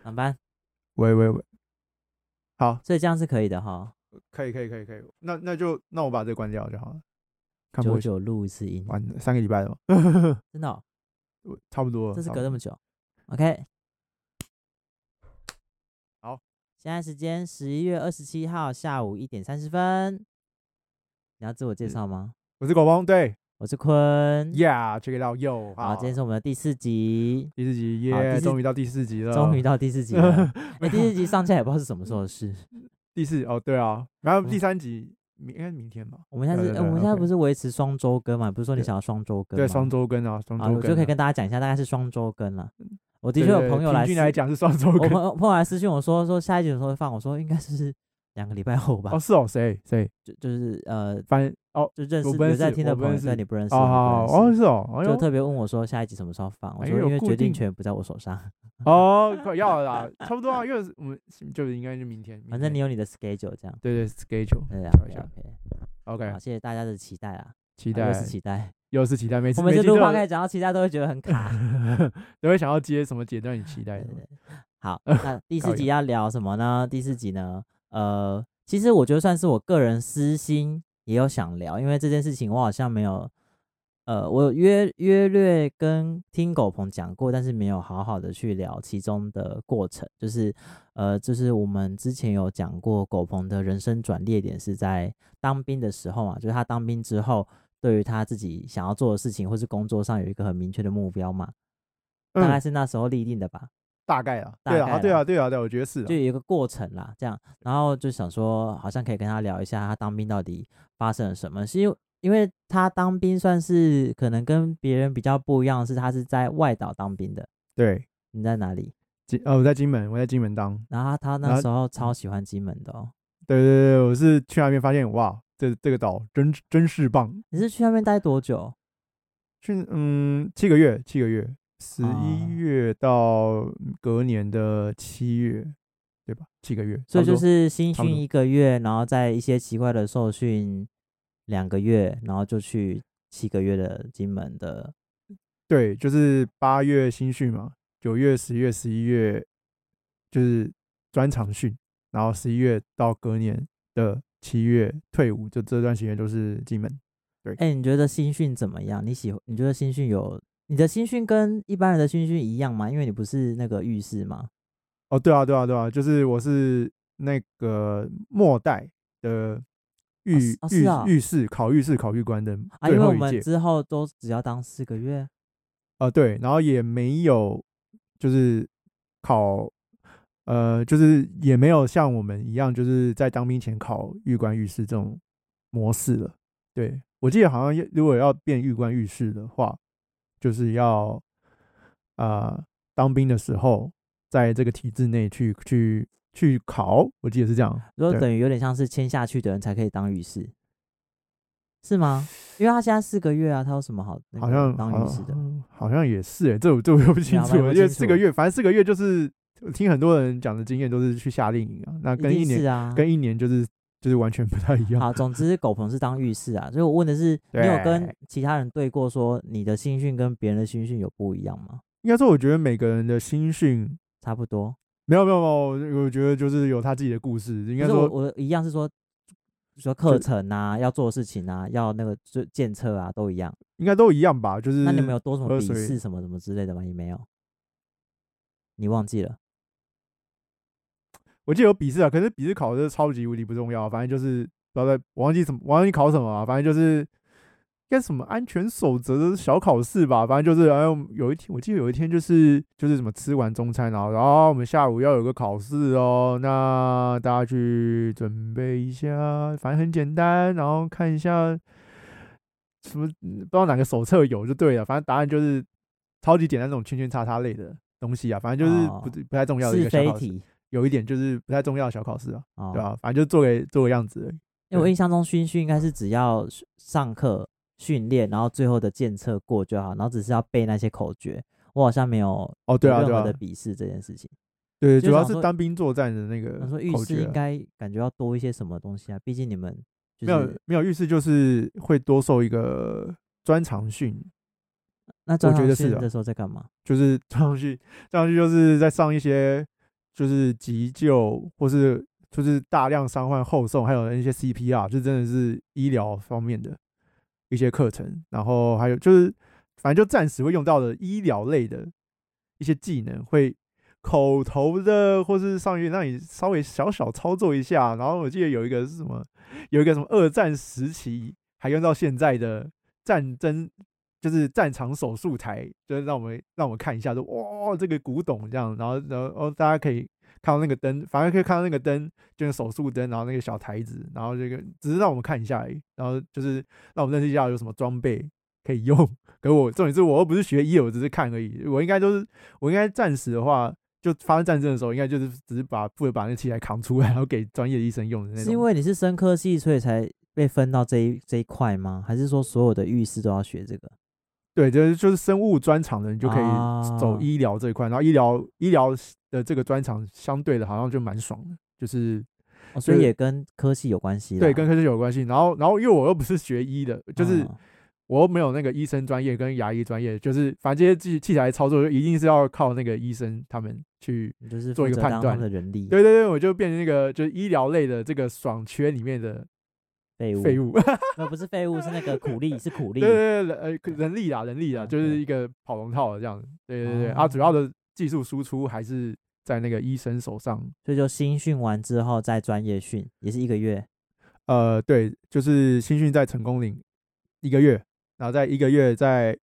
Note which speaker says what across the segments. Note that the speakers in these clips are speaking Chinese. Speaker 1: 怎么办？
Speaker 2: 喂喂喂，好，
Speaker 1: 所以这样是可以的哈，
Speaker 2: 可以可以可以可以，那那就那我把这个关掉就好了。看
Speaker 1: 久
Speaker 2: 不久
Speaker 1: 久录一次音，
Speaker 2: 完了三个礼拜了吧，
Speaker 1: 真的哦、
Speaker 2: 我差不多了。
Speaker 1: 这是
Speaker 2: 差不
Speaker 1: 隔这
Speaker 2: 多
Speaker 1: 么久。OK，
Speaker 2: 好，
Speaker 1: 现在时间十一月二十七号下午一点三十分。你要自我介
Speaker 2: 嗯
Speaker 1: 绍吗？
Speaker 2: 我是狗帮，对
Speaker 1: 我是坤。
Speaker 2: ，Yeah，check it out，哟，
Speaker 1: 好，今天是我们的第四集，
Speaker 2: 第四集
Speaker 1: 好第
Speaker 2: 耶，
Speaker 1: 四
Speaker 2: 终于到第四集了，
Speaker 1: 终于到第四集了。哎，第四集上架也不知道是什么时候的 事。
Speaker 2: 第四哦，对啊，然后
Speaker 1: 嗯
Speaker 2: 第三集明应该是明天吧？
Speaker 1: 我们现在
Speaker 2: 对
Speaker 1: 是，
Speaker 2: 对
Speaker 1: 哎我
Speaker 2: 对
Speaker 1: 们现在
Speaker 2: OK
Speaker 1: 不是维持双周更嘛？不是说你
Speaker 2: 对
Speaker 1: 想要双周更吗？
Speaker 2: 对，双周更啊，双周
Speaker 1: 啊，
Speaker 2: 更啊，
Speaker 1: 我就可以跟大家讲一下，大概是双周更了。我的
Speaker 2: 对
Speaker 1: 确有
Speaker 2: 对
Speaker 1: 朋友
Speaker 2: 平
Speaker 1: 来私，哦
Speaker 2: 均来讲是双周
Speaker 1: 我
Speaker 2: 更
Speaker 1: 朋友朋友来私信我说说下一集什么时候会放，我说应该是 两个礼拜后吧
Speaker 2: 哦，，是哦，谁谁
Speaker 1: 就就是呃，
Speaker 2: 翻 哦
Speaker 1: 就认识
Speaker 2: 我不认
Speaker 1: 有在
Speaker 2: 识
Speaker 1: 听
Speaker 2: 我
Speaker 1: 的
Speaker 2: 不
Speaker 1: 朋友，
Speaker 2: 认识
Speaker 1: 但你不认识，
Speaker 2: 哦
Speaker 1: 我
Speaker 2: 好
Speaker 1: 不
Speaker 2: 好哦
Speaker 1: 认识
Speaker 2: 是哦，哎
Speaker 1: 就
Speaker 2: 呦
Speaker 1: 特别问我说下一集什么时候放，我
Speaker 2: 哎
Speaker 1: 说
Speaker 2: 呦
Speaker 1: 因为
Speaker 2: 固
Speaker 1: 决定
Speaker 2: 定
Speaker 1: 权不在我手上，
Speaker 2: 哦，快要了啦，差不多啊，因为我们就应该是明天，明
Speaker 1: 反正
Speaker 2: 天
Speaker 1: 你有你的 schedule 这样。
Speaker 2: 对对 schedule
Speaker 1: 对啊
Speaker 2: 调一
Speaker 1: ，OK
Speaker 2: 下
Speaker 1: OK，
Speaker 2: ，OK，
Speaker 1: 好，谢谢大家的期待啦，
Speaker 2: 期
Speaker 1: 啊又
Speaker 2: 待
Speaker 1: 是期待。
Speaker 2: 又是期待，每次
Speaker 1: 我每
Speaker 2: 每
Speaker 1: 次
Speaker 2: 集
Speaker 1: 录
Speaker 2: 都有
Speaker 1: 放开讲到期待都会觉得 很卡。
Speaker 2: 都会想要接什么节段，你期待
Speaker 1: 对
Speaker 2: 什么
Speaker 1: 对？对 好，那第
Speaker 2: 靠
Speaker 1: 四集
Speaker 2: 腰
Speaker 1: 要聊什么呢？第四集呢，呃，其实我觉得算是我个人私心也有想聊，因为这件事情我好像没有，呃，我有约约略跟听狗鹏讲过，但是没有好好的去聊其中的过程，就是呃，就是我们之前有讲过狗鹏的人生转捩点是在当兵的时候嘛，就是他当兵之后。对于他自己想要做的事情或是工作上有一个很明确的目标嘛，大概
Speaker 2: 嗯，
Speaker 1: 是那时候立定的吧。
Speaker 2: 大概啊，
Speaker 1: 大
Speaker 2: 对
Speaker 1: 概
Speaker 2: 啊，对
Speaker 1: 啦
Speaker 2: 啊，对啊，对啊，我觉得是啊
Speaker 1: 就，有一个过程啦，这样，然后就想说，好像可以跟他聊一下他当兵到底发生了什么，是因为因为他当兵算是可能跟别人比较不一样，是他是在外岛当兵的。
Speaker 2: 对，
Speaker 1: 你在哪里？
Speaker 2: 金呃，我在金门，我在金门当，
Speaker 1: 然后他
Speaker 2: 然
Speaker 1: 那
Speaker 2: 后
Speaker 1: 时候超喜欢金门的哦。
Speaker 2: 对对对，我是去那边发现，哇，这这个岛真真是棒！
Speaker 1: 你是去那边待多久？
Speaker 2: 去嗯，七个月，七个月，十
Speaker 1: 哦
Speaker 2: 一月到隔年的七月，对吧？七个月，
Speaker 1: 所以
Speaker 2: 差不
Speaker 1: 就
Speaker 2: 多
Speaker 1: 是新
Speaker 2: 差不
Speaker 1: 训
Speaker 2: 多
Speaker 1: 一个月，然后在一些奇怪的受训两个月，然后就去七个月的金门的。
Speaker 2: 对，就是八月新训嘛，九月、十月、十一月就是专场训，然后十一月到隔年的七月退伍，就这段时间都是金门。
Speaker 1: 哎、你觉得新训怎么样？你喜欢？你觉得新训有你的新训跟一般人的新训一样吗？因为你不是那个浴室吗？
Speaker 2: 哦，对啊，对啊，对啊，就是我是那个末代的御
Speaker 1: 是哦是
Speaker 2: 御
Speaker 1: 啊
Speaker 2: 御试考御试考御官的
Speaker 1: 啊，因
Speaker 2: 最
Speaker 1: 为我
Speaker 2: 后一
Speaker 1: 们
Speaker 2: 届
Speaker 1: 之后都只要当四个月，
Speaker 2: 啊，对，然后也没有就是考呃，就是也没有像我们一样，就是在当兵前考御官御试这种模式了。对我记得好像要如果要变御官御试的话，就是要啊、呃当兵的时候在这个体制内去去去考，我记得是这样。
Speaker 1: 如果
Speaker 2: 对
Speaker 1: 等于有点像是签下去的人才可以当浴室，是吗？因为他现在四个月啊，他有什么好那
Speaker 2: 好
Speaker 1: 个
Speaker 2: 像
Speaker 1: 当
Speaker 2: 好
Speaker 1: 浴室的？
Speaker 2: 像好像也是哎、这我这我又不清
Speaker 1: 啊
Speaker 2: 楚
Speaker 1: 蛮
Speaker 2: 了，
Speaker 1: 不
Speaker 2: 因为
Speaker 1: 清
Speaker 2: 四
Speaker 1: 楚
Speaker 2: 个月，反正四个月就是我听很多人讲的经验都是去夏令营啊，那
Speaker 1: 一
Speaker 2: 跟一
Speaker 1: 定是
Speaker 2: 年、
Speaker 1: 啊。
Speaker 2: 跟一年就是就是完全不太一样。
Speaker 1: 好，总之狗鹏是当浴室啊，所以我问的是，你有跟
Speaker 2: 对
Speaker 1: 其他人对过说你的新训跟别人的新训有不一样吗？
Speaker 2: 应该说，我觉得每个人的心训
Speaker 1: 差不多，
Speaker 2: 没有没有没有，我觉得就是有他自己的故事。应
Speaker 1: 可
Speaker 2: 该
Speaker 1: 是我
Speaker 2: 说，
Speaker 1: 我一样是说，说
Speaker 2: 就
Speaker 1: 课程啊，要做的事情啊，要那个就检测啊，都一样。
Speaker 2: 应该都一样吧，就是
Speaker 1: 那你们有多什么
Speaker 2: 喝
Speaker 1: 笔
Speaker 2: 水
Speaker 1: 试什么什么之类的吗？也没有，你忘记了？
Speaker 2: 我记得有笔试啊，可是笔试考的超级无敌不重要啊，反正就是不要再我忘记什么，我忘记考什么啊，反正就是应该什么安全守则的小考试吧，反正就是哎，我们有一天我记得有一天就是就是什么吃完中餐然后然后我们下午要有个考试哦，那大家去准备一下，反正很简单，然后看一下什么嗯不知道哪个手册有就对了，反正答案就是超级简单那种圈圈叉叉类的东西啊，反正就是不、
Speaker 1: 哦
Speaker 2: 不太重要的一
Speaker 1: 是
Speaker 2: 个小
Speaker 1: 非
Speaker 2: 考试。
Speaker 1: 题
Speaker 2: 有一点就是不太重要的小考试啊，
Speaker 1: 哦
Speaker 2: 对。吧、反正就做给做个样子而已。
Speaker 1: 因为我
Speaker 2: 对
Speaker 1: 印象中军训应该是只要是上课训练，然后最后的检测过就好，然后只是要背那些口诀。我好像没有
Speaker 2: 哦，对啊，
Speaker 1: 有
Speaker 2: 对
Speaker 1: 任
Speaker 2: 啊
Speaker 1: 何的，笔试这件事情。
Speaker 2: 对，
Speaker 1: 就
Speaker 2: 主要
Speaker 1: 想
Speaker 2: 是
Speaker 1: 说
Speaker 2: 单兵作战的那个
Speaker 1: 他说浴
Speaker 2: 口
Speaker 1: 室
Speaker 2: 诀
Speaker 1: 应
Speaker 2: 啊。
Speaker 1: 该感觉要多一些什么东西啊，毕竟你们就
Speaker 2: 没有
Speaker 1: 是
Speaker 2: 没有浴室就是会多受一个专长训，
Speaker 1: 那专
Speaker 2: 觉
Speaker 1: 场
Speaker 2: 得是
Speaker 1: 训
Speaker 2: 啊
Speaker 1: 的时候在干嘛？
Speaker 2: 就是专长训，专长训就是在上一些就是急救或是就是大量伤患后送，还有那些 CPR，就真的是医疗方面的一些课程，然后还有就是反正就暂时会用到的医疗类的一些技能，会口头的或是上去让你稍微小小操作一下。然后我记得有一个是什么，有一个什么二战时期还用到现在的战争。就是战场手术台，就是让我们让我们看一下，说哇，这个古董这样，然后然后哦，大家可以看到那个灯，反正可以看到那个灯，就是手术灯，然后那个小台子，然后这个只是让我们看一下而已，然后就是让我们认识一下有什么装备可以用。可我重点是我又不是学医，我只是看而已，我应该就是我应该暂时的话，就发生战争的时候，应该就是只是把负责把那器材扛出来，然后给专业的医生用的那种。
Speaker 1: 是因为你是生科系，所以才被分到这一这一块吗？还是说所有的浴室都要学这个？
Speaker 2: 对，就是就是生物专长的人就可以走
Speaker 1: 啊
Speaker 2: 医疗这一块，然后医疗医疗的这个专长相对的，好像就蛮爽的，就是
Speaker 1: 哦，所以
Speaker 2: 就是
Speaker 1: 也跟科系有关系啦。
Speaker 2: 对跟科学有关系。然后然后因为我又不是学医的，就是
Speaker 1: 啊嗯
Speaker 2: 我又没有那个医生专业跟牙医专业，就是反正这些器器材操作就一定是要靠那个医生他们去。
Speaker 1: 你就是
Speaker 2: 做一
Speaker 1: 负责
Speaker 2: 个判
Speaker 1: 当他
Speaker 2: 断
Speaker 1: 们的人力
Speaker 2: 对对对，我就变成那个就是医疗类的这个爽圈里面的
Speaker 1: 废物，
Speaker 2: 废物，
Speaker 1: 那不是废物，是那个苦力，是苦力。
Speaker 2: 对对对，呃，可人力啦，人力啦，
Speaker 1: 嗯
Speaker 2: 就是
Speaker 1: 对
Speaker 2: 一个跑龙套的这样子。对对对，啊，主
Speaker 1: 哦
Speaker 2: 要的技术输出还是在那个医生手上。
Speaker 1: 所以就新训完之后再专业训，也是一个 月。
Speaker 2: 呃，对，就是新训在成功岭一个月，然后在一个月在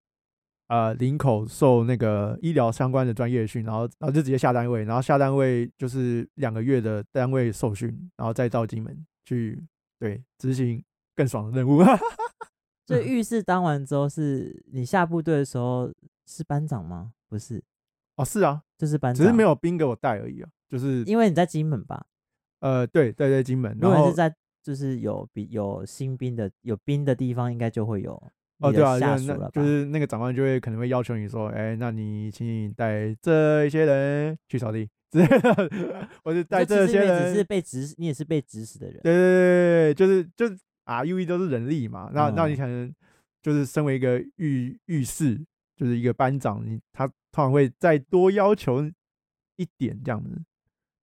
Speaker 2: 呃林口受那个医疗相关的专业训，然后然后就直接下单位，然后下单位就是两个月的单位受训，然后再到金门去对执行更爽的任务。
Speaker 1: 所以浴室当完之后是，你下部队的时候是班长吗？不是，
Speaker 2: 哦，是啊，
Speaker 1: 就是班长。
Speaker 2: 只是没，有兵给我带而已啊，就是
Speaker 1: 因为你在金门吧？
Speaker 2: 呃，对对对，金门，
Speaker 1: 如
Speaker 2: 然
Speaker 1: 果你
Speaker 2: 后
Speaker 1: 是在就是有比有新兵的有兵的地方，应该就会有
Speaker 2: 哦，
Speaker 1: 你
Speaker 2: 对
Speaker 1: 的
Speaker 2: 啊，
Speaker 1: 下
Speaker 2: 就是
Speaker 1: 属
Speaker 2: 那
Speaker 1: 了吧？
Speaker 2: 就是那个长官就会可能会要求你说，哎，那你请你带这一些人去扫地，之类的， 或者带
Speaker 1: 就
Speaker 2: 这
Speaker 1: 其实
Speaker 2: 些
Speaker 1: 你也只
Speaker 2: 人，
Speaker 1: 是
Speaker 2: 对
Speaker 1: 被指使，你也是被指使的人。
Speaker 2: 对对对，就是就是啊，U E 都是人力嘛，那、那你
Speaker 1: 嗯
Speaker 2: 可能就是身为一个浴浴室，就是一个班长，你他通常会再多要求一点这样子，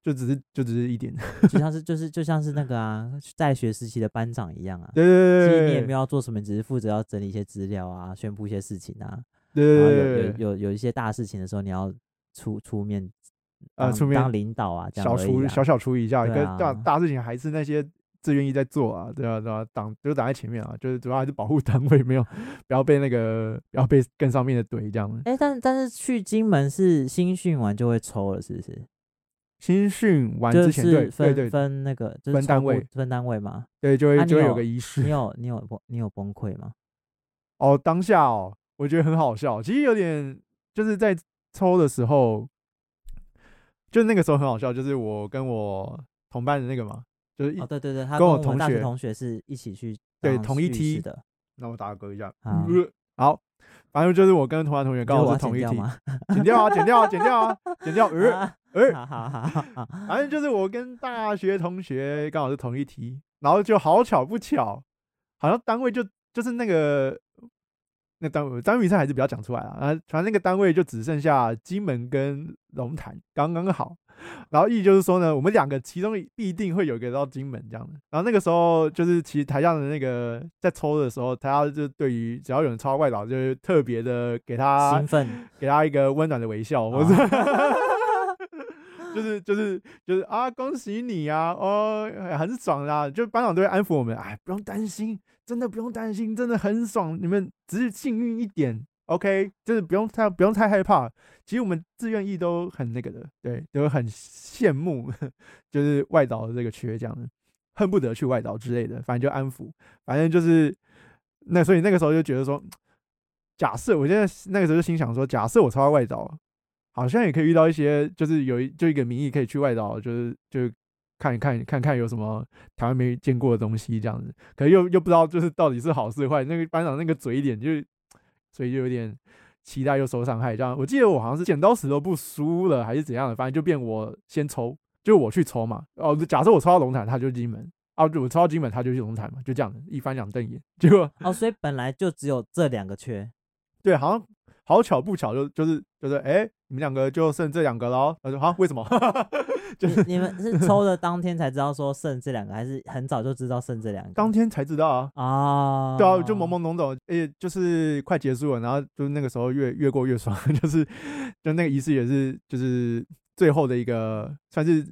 Speaker 2: 就只是就只是一点，
Speaker 1: 就像是就是就像是那个啊，在学时期的班长一样啊。
Speaker 2: 对对
Speaker 1: 其
Speaker 2: 对
Speaker 1: 实
Speaker 2: 对，
Speaker 1: 你也没有要做什么，只是负责要整理一些资料啊，宣布一些事情啊。
Speaker 2: 对
Speaker 1: 然后
Speaker 2: 对
Speaker 1: 有
Speaker 2: 对
Speaker 1: 有
Speaker 2: 对
Speaker 1: 有有一些大事情的时候，你要出出面
Speaker 2: 呃
Speaker 1: 当
Speaker 2: 出面
Speaker 1: 当领导啊，这样
Speaker 2: 小
Speaker 1: 而已
Speaker 2: 处
Speaker 1: 啊
Speaker 2: 小小处理一下，
Speaker 1: 对
Speaker 2: 跟
Speaker 1: 啊
Speaker 2: 大大事情还是那些自愿意在做啊，对啊对啊，挡就挡在前面啊，就是主要还是保护单位，没有不要被那个不要被更上面的怼这样。
Speaker 1: 哎、但但是去金门是新训完就会抽了，是不是？
Speaker 2: 新训完
Speaker 1: 就
Speaker 2: 之前，对
Speaker 1: 是
Speaker 2: 对
Speaker 1: 分
Speaker 2: 对
Speaker 1: 分那个就是
Speaker 2: 分
Speaker 1: 抽
Speaker 2: 单
Speaker 1: 部
Speaker 2: 位
Speaker 1: 分单位嘛。
Speaker 2: 对，就会
Speaker 1: 啊你
Speaker 2: 就会有
Speaker 1: 有
Speaker 2: 个仪
Speaker 1: 你
Speaker 2: 式。
Speaker 1: 有你有崩你有崩溃吗？
Speaker 2: 哦，当下哦，我觉得很好笑，其实有点就是在抽的时候，就那个时候很好笑，就是我跟我同伴的那个嘛，就是一
Speaker 1: 哦，对对对，他
Speaker 2: 跟我
Speaker 1: 我
Speaker 2: 同
Speaker 1: 们大
Speaker 2: 学
Speaker 1: 学同学是一起去
Speaker 2: 对
Speaker 1: 当
Speaker 2: 同一
Speaker 1: 律师
Speaker 2: 梯
Speaker 1: 的，
Speaker 2: 那我打嗝一下。
Speaker 1: 好
Speaker 2: 呃好，反正就是我跟同班同学
Speaker 1: 啊你
Speaker 2: 刚
Speaker 1: 觉得
Speaker 2: 好
Speaker 1: 我要
Speaker 2: 是同
Speaker 1: 剪
Speaker 2: 一
Speaker 1: 掉
Speaker 2: 题，
Speaker 1: 吗？
Speaker 2: 剪 掉啊，剪掉啊，剪掉啊，剪掉。呃
Speaker 1: 啊
Speaker 2: 呃，
Speaker 1: 好好好好好，
Speaker 2: 反正就是我跟大学同学刚好是同一题，然后就好巧不巧，好像单位就就是那个那单位单位名称还是比较讲出来啊，然后反正那个单位就只剩下金门跟龙潭，刚刚好。然后意思就是说呢，我们两个其中一必定会有一个到金门这样的。然后那个时候就是其实台下的那个在抽的时候，台下就对于只要有人抽到外岛，就是特别的给他
Speaker 1: 兴奋，
Speaker 2: 给他一个温暖的微笑，我是、 就是就是就是啊，恭喜你啊，哦，很爽啦！就班长都会安抚我们，哎，不用担心，真的不用担心，真的很爽，你们只是幸运一点，OK，真的不用太不用太害怕。其实我们自愿意都很那个的，对，都很羡慕， 就是外岛的这个缺这样的，恨不得去外岛之类的，反正就安抚，反正就是那，所以那个时候就觉得说，假设我现在那个时候就心想说，假设我抽到外岛，好像也可以遇到一些，就是有一就一个名义可以去外岛，就是就是看一看看看有什么台湾没见过的东西这样子，可是又又不知道就是到底是好是坏。那个班长那个嘴脸就是，所以就有点期待又受伤害这样。我记得我好像是剪刀石头布输了还是怎样的，反正就变我先抽，就我去抽嘛。哦，假设我抽到龙潭，他就金门；啊，我抽到金门，他就去龙潭嘛，就这样的，一翻两瞪眼。结果
Speaker 1: 哦，所以本来就只有这两个缺，
Speaker 2: 对，好像好巧不巧就就是就是哎、你们两个就剩这两个喽。他说哈，为什么？ 就是
Speaker 1: 你你们是抽的当天才知道说剩这两个，还是很早就知道剩这两个？
Speaker 2: 当天才知道啊。
Speaker 1: 啊，
Speaker 2: 对啊，就懵懵懂懂，诶、就是快结束了，然后就那个时候越越过越爽， 就是就那个仪式也是就是最后的一个，算是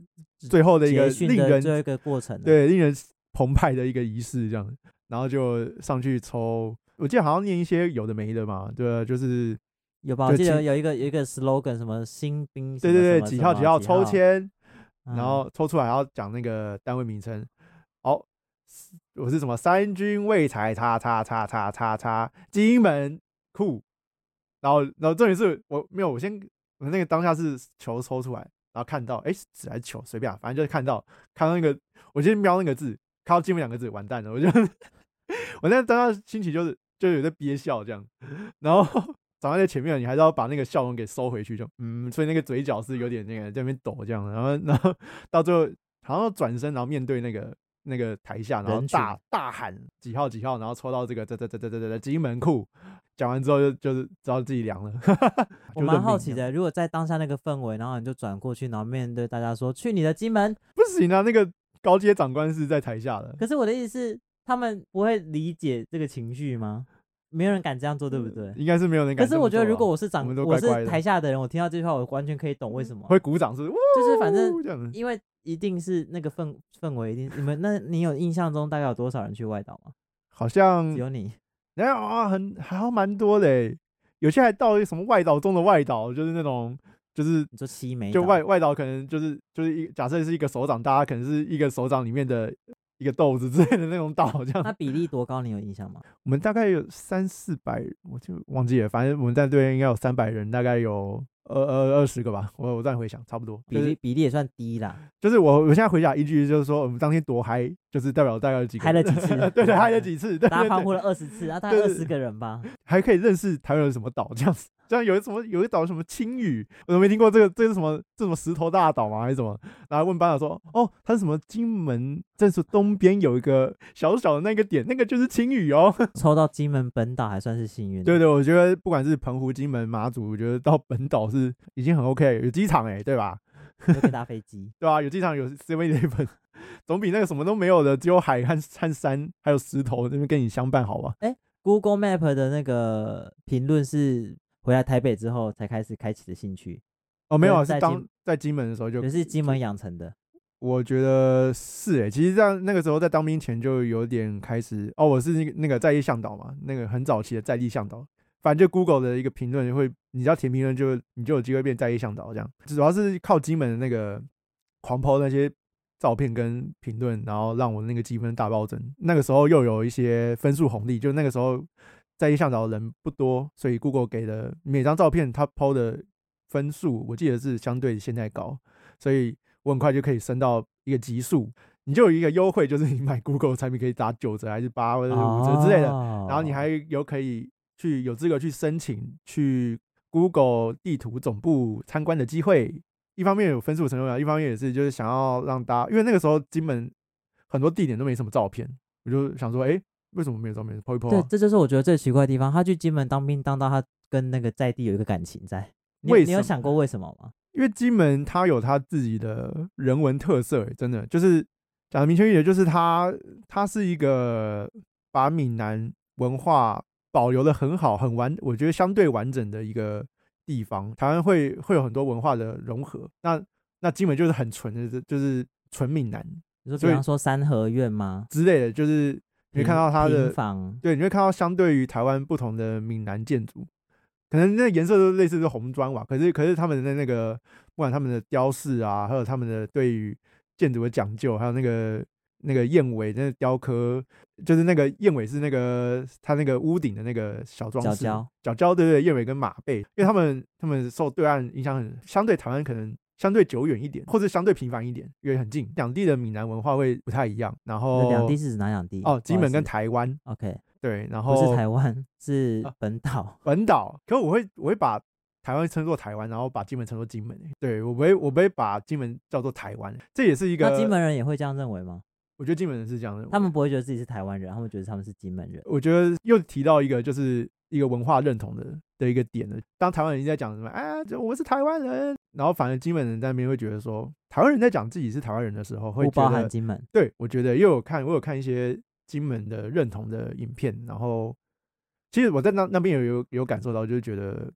Speaker 2: 最后的一个
Speaker 1: 捷讯
Speaker 2: 令
Speaker 1: 的
Speaker 2: 人
Speaker 1: 最后一个过程了。
Speaker 2: 对令人澎湃的一个仪式这样，然后就上去抽，我记得好像念一些有的没的嘛，对啊，就是
Speaker 1: 有吧？
Speaker 2: 就
Speaker 1: 我记得
Speaker 2: 请
Speaker 1: 有一个有一个 slogan 什么新兵什
Speaker 2: 对
Speaker 1: 么
Speaker 2: 对
Speaker 1: 什
Speaker 2: 对，
Speaker 1: 么
Speaker 2: 几
Speaker 1: 什
Speaker 2: 号
Speaker 1: 么
Speaker 2: 几号
Speaker 1: 几
Speaker 2: 抽签，
Speaker 1: 嗯
Speaker 2: 然后抽出来还要讲那个单位名称。好，我是什么三军卫才叉叉叉叉叉叉金门库。然后，然后重点是我没有，我先我那个当下是球抽出来，然后看到哎纸还是球随便、啊，反正就是看到看到那个，我先瞄那个字，看到金门两个字，完蛋了，我就我那当下心情就是就有在憋笑这样，然后长在在前面，你还是要把那个笑容给收回去，就嗯，所以那个嘴角是有点那个在那边抖这样，然后然后到最后好像转身，然后面对那个那个台下，然后
Speaker 1: 人群
Speaker 2: 大大喊几号几号，然后抽到这个这这这这这这这金门库，讲完之后就就是知道自己凉了，
Speaker 1: 我
Speaker 2: 就
Speaker 1: 蛮
Speaker 2: 认
Speaker 1: 好
Speaker 2: 命
Speaker 1: 奇
Speaker 2: 这样，
Speaker 1: 的，如果在当下那个氛围，然后你就转过去，然后面对大家说“去你的金门
Speaker 2: 不行啊，那个高阶长官是在台下的”，，
Speaker 1: 可是我的意思是，他们不会理解这个情绪吗？没有人敢这样做，对不对？
Speaker 2: 应该是没有人
Speaker 1: 可
Speaker 2: 敢这
Speaker 1: 是
Speaker 2: 么做啊。
Speaker 1: 我觉得，如果我是长，
Speaker 2: 我们都
Speaker 1: 我
Speaker 2: 乖乖
Speaker 1: 是
Speaker 2: 的嗯
Speaker 1: 台下的人，我听到这句话，我完全可以懂为什么，
Speaker 2: 会哦鼓掌是，呜
Speaker 1: 就是反正
Speaker 2: 这样子，
Speaker 1: 因为一定是那个氛氛围，一定你们那你有印象中大概有多少人去外岛吗？
Speaker 2: 好像
Speaker 1: 只有你，
Speaker 2: 然后啊，很还好蛮多的欸，有些还到了什么外岛中的外岛，就是那种就是
Speaker 1: 你说七枚，
Speaker 2: 就外外岛可能就是就是一假设是一个手掌，大家可能是一个手掌里面的一个豆子之类的那种岛这
Speaker 1: 那
Speaker 2: 样。
Speaker 1: 比例多高？你有印象吗？
Speaker 2: 我们大概有三四百，我就忘记了，反正我们战队应该有三百人，大概有二二二十个吧，我我再回想，差不多。
Speaker 1: 比
Speaker 2: 就是
Speaker 1: 例比例也算低啦，
Speaker 2: 就是我我现在回想依据就是说我们当天多嗨，就是代表大概有几个
Speaker 1: 嗨了
Speaker 2: 人，，
Speaker 1: 几次
Speaker 2: 对对，嗨了几次，对
Speaker 1: 大
Speaker 2: 对
Speaker 1: 家欢
Speaker 2: 对
Speaker 1: 呼了二十次， 啊，大概
Speaker 2: 对
Speaker 1: 二
Speaker 2: 对
Speaker 1: 十个人吧。
Speaker 2: 还可以认识台湾有什么岛这样子。 这样有什么有一岛什么青屿，我都没听过这个，这是什么这种石头大岛吗？还是什么？然后问班长说，哦，它是什么金门镇是东边有一个小小的那个点，那个就是青屿哦。
Speaker 1: 抽到金门本岛还算是幸运的。
Speaker 2: 对对，我觉得不管是澎湖、金门、马祖，我觉得到本岛是已经很 OK，有机场哎、对吧？
Speaker 1: 对，可以搭飞机。
Speaker 2: 对啊，有机场有 Seven Eleven，总 比那个什么都没有的，只有海和和山还有石头那边跟你相伴好吧？
Speaker 1: Google Map 的那个评论是回来台北之后才开始开启的兴趣，
Speaker 2: 哦，没有啊，
Speaker 1: 在
Speaker 2: 是
Speaker 1: 金
Speaker 2: 当在金门的时候就
Speaker 1: 也是金门养成的。
Speaker 2: 我觉得是诶、欸其实在那个时候在当兵前就有点开始哦，我是那个那个在地向导嘛，那个很早期的在地向导，反正就 Google 的一个评论会，你只要填评论就你就有机会变在地向导这样，主要是靠金门的那个狂抛那些照片跟评论，然后让我那个积分大暴增。那个时候又有一些分数红利，就那个时候在地向导的人不多，所以 Google 给的每张照片他抛的分数，我记得是相对现在高，所以我很快就可以升到一个级数，你就有一个优惠，就是你买 Google 的产品可以打九折还是八或者是五折之类的，
Speaker 1: 然
Speaker 2: 然后你还有可以去有资格去申请去 Google 地图总部参观的机会。一方面有分数成就感，一方面也是就是想要让大家，因为那个时候金门很多地点都没什么照片，我就想说，哎、为什么没有照片？抛一抛、
Speaker 1: 对，
Speaker 2: 啊，
Speaker 1: 这就是我觉得最奇怪的地方。他去金门当兵，当到他跟那个在地有一个感情在。你
Speaker 2: 为
Speaker 1: 你有
Speaker 2: 什
Speaker 1: 想
Speaker 2: 么
Speaker 1: 过为什么吗？
Speaker 2: 因为金门它有它自己的人文特色、诶真的就是讲的明确一点，就是它它是一个把闽南文化保留的很好、很完，我觉得相对完整的一个地方。台湾会会有很多文化的融合，那那金门就是很纯的，就是纯闽南
Speaker 1: 你说
Speaker 2: 所
Speaker 1: 比
Speaker 2: 以
Speaker 1: 方说三合院吗？
Speaker 2: 之类的，就是你会
Speaker 1: 平
Speaker 2: 看到它的
Speaker 1: 平房，
Speaker 2: 对，你会看到相对于台湾不同的闽南建筑，可能那颜色都类似是红砖瓦，可是可是他们的那个不管他们的雕饰啊，还有他们的对于建筑的讲究，还有那个那个燕尾那个雕刻，就是那个燕尾是那个它那个屋顶的那个小装
Speaker 1: 角
Speaker 2: 饰，
Speaker 1: 角
Speaker 2: 角角对对，燕尾跟马背，因为他们他们受对岸影响很，相对台湾可能。相对久远一点，或者相对频繁一点，因为很近，两地的闽南文化会不太一样。然后
Speaker 1: 两地是指哪两地？
Speaker 2: 哦，金
Speaker 1: 不好
Speaker 2: 门
Speaker 1: 意
Speaker 2: 跟
Speaker 1: 思
Speaker 2: 台湾
Speaker 1: OK，
Speaker 2: 对，然后
Speaker 1: 不是台湾，是
Speaker 2: 啊
Speaker 1: 本岛。
Speaker 2: 本岛，可我会我会把台湾称作台湾，然后把金门称作金门、欸。对我不会我不会把金门叫做台湾，欸这也是一
Speaker 1: 那
Speaker 2: 个
Speaker 1: 金，门人也会这样认为 吗？
Speaker 2: 我觉得金门人是这样的。
Speaker 1: 他们不会觉得自己是台湾人，他们觉得他们是金门人。
Speaker 2: 我觉得又提到一个就是。一个文化认同的的一个点了。当台湾人一直在讲什么啊，这我是台湾人，然后反而金门人在那边会觉得说，台湾人在讲自己是台湾人的时候，会
Speaker 1: 不
Speaker 2: 觉
Speaker 1: 包
Speaker 2: 得
Speaker 1: 含金门。
Speaker 2: 对，我觉得又有看，我有看一些金门的认同的影片，然后其实我在那那边有有有感受到，就是觉得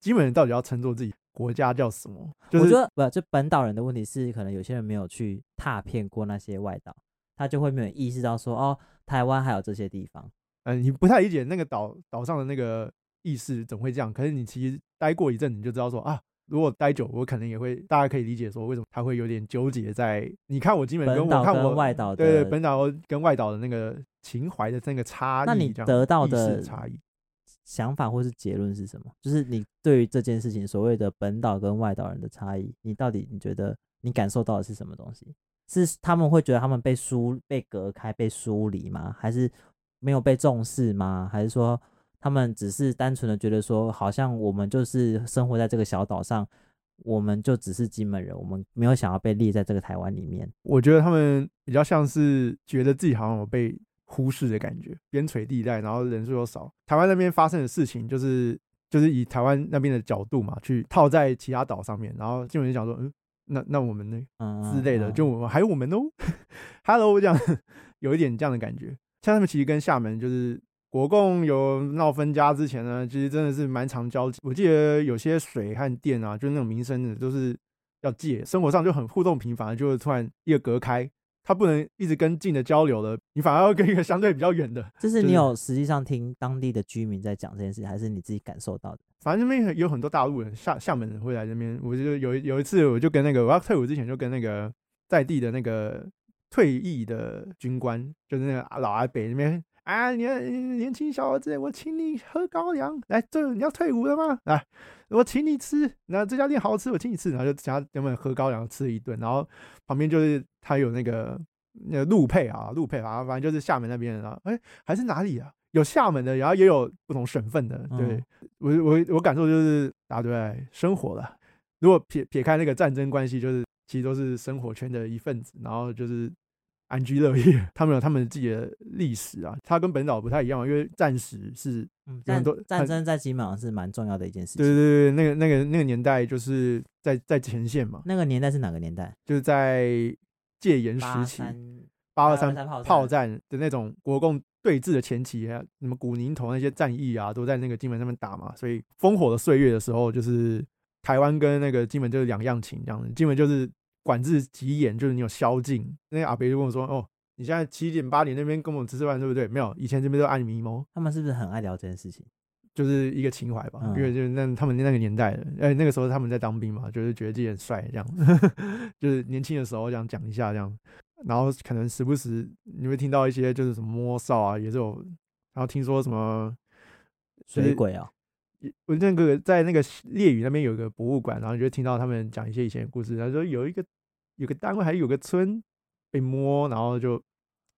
Speaker 2: 金门人到底要称作自己国家叫什么？就
Speaker 1: 我觉
Speaker 2: 是
Speaker 1: 得不，就本岛人的问题是，可能有些人没有去踏遍过那些外岛，他就会没有意识到说，哦，台湾还有这些地方。
Speaker 2: 嗯，你不太理解那个岛岛上的那个意识怎么会这样，可是你其实待过一阵，你就知道说啊。如果待久，我可能也会，大家可以理解说为什么他会有点纠结在你看我金门跟
Speaker 1: 本
Speaker 2: 我
Speaker 1: 岛
Speaker 2: 看我
Speaker 1: 跟外岛
Speaker 2: 对
Speaker 1: 的，
Speaker 2: 对本岛跟外岛的那个情怀的那个差异，
Speaker 1: 那你
Speaker 2: 这样
Speaker 1: 得到
Speaker 2: 意识
Speaker 1: 的
Speaker 2: 差异，
Speaker 1: 想法或是结论是什么？就是你对于这件事情所谓的本岛跟外岛人的差异，你到底你觉得你感受到的是什么东西？是他们会觉得他们被疏、被隔开、被疏离吗？还是没有被重视吗？还是说他们只是单纯的觉得说，好像我们就是生活在这个小岛上，我们就只是金门人，我们没有想要被列在这个台湾里面？
Speaker 2: 我觉得他们比较像是觉得自己好像有被忽视的感觉，边陲地带，然后人数又少。台湾那边发生的事情，就是就是以台湾那边的角度嘛，去套在其他岛上面，然后基本就讲说，嗯，那那我们呢
Speaker 1: 嗯，
Speaker 2: 之类的，
Speaker 1: 嗯
Speaker 2: 就我们还有我们哦，Hello 这样，有一点这样的感觉。像他们其实跟厦门就是国共有闹分家之前呢，其实真的是蛮常交集。我记得有些水和电啊，就是那种民生的，都是要借，生活上就很互动频繁，就会突然一个隔开，他不能一直跟近的交流了，你反而要跟一个相对比较远的。
Speaker 1: 就是
Speaker 2: 就
Speaker 1: 你
Speaker 2: 是
Speaker 1: 有实际上听当地的居民在讲这件事，还是你自己感受到的？
Speaker 2: 反正那边有很多大陆人，厦厦门人会来这边。我就有一有一次，我就跟那个我要退伍之前，就跟那个在地的那个退役的军官，就是那个老阿北那边啊，你你年轻小伙子，我请你喝高粱，来，这你要退伍了吗？来，我请你吃，那这家店好吃，我请你吃，然后就请他他们喝高粱吃一顿，然后旁边就是他有那个那个陆配啊，陆配啊，反正就是厦门那边的啊，哎、还是哪里啊？有厦门的，然后也有不同省份的，对。
Speaker 1: 嗯
Speaker 2: 我我我感受就是答对在生活了。如果撇撇开那个战争关系，就是其实都是生活圈的一份子，然后就是安居乐业。他们有他们自己的历史啊，它跟本岛不太一样，因为战时是
Speaker 1: 嗯，
Speaker 2: 有
Speaker 1: 战
Speaker 2: 很多
Speaker 1: 战
Speaker 2: 很
Speaker 1: 争在基本上是蛮重要的一件事
Speaker 2: 对
Speaker 1: 情。
Speaker 2: 对对，对那个那个那个年代就是在在前线嘛，
Speaker 1: 那个年代是哪个年代？
Speaker 2: 就是在戒严时期，
Speaker 1: 83
Speaker 2: 八二
Speaker 1: 823炮
Speaker 2: 炮
Speaker 1: 战
Speaker 2: 战的那种国共对峙的前期，还有什么古宁头那些战役啊，都在那个金门上面打嘛。所以烽火的岁月的时候，就是台湾跟那个金门就是两样情这样子。金门就是管制极严，就是你有宵禁。那个阿伯就跟我说：“哦，你现在七点八点那边跟我们吃吃饭，对不对？没有，以前这边都按迷蒙，
Speaker 1: 他们是不是很爱聊这件事情？
Speaker 2: 就是一个情怀吧，
Speaker 1: 嗯
Speaker 2: 因为就是那他们那个年代的，哎，那个时候他们在当兵嘛，就是觉得自己很帅，这样， 就是年轻的时候这样讲一下这样，然后可能时不时你会听到一些就是什么摸哨啊，也是有，然后听说什么，就是
Speaker 1: 水鬼哦，
Speaker 2: 我那个在那个烈屿那边有个博物馆，然后你就听到他们讲一些以前的故事，他说有一个有个单位还有个村被摸，然后就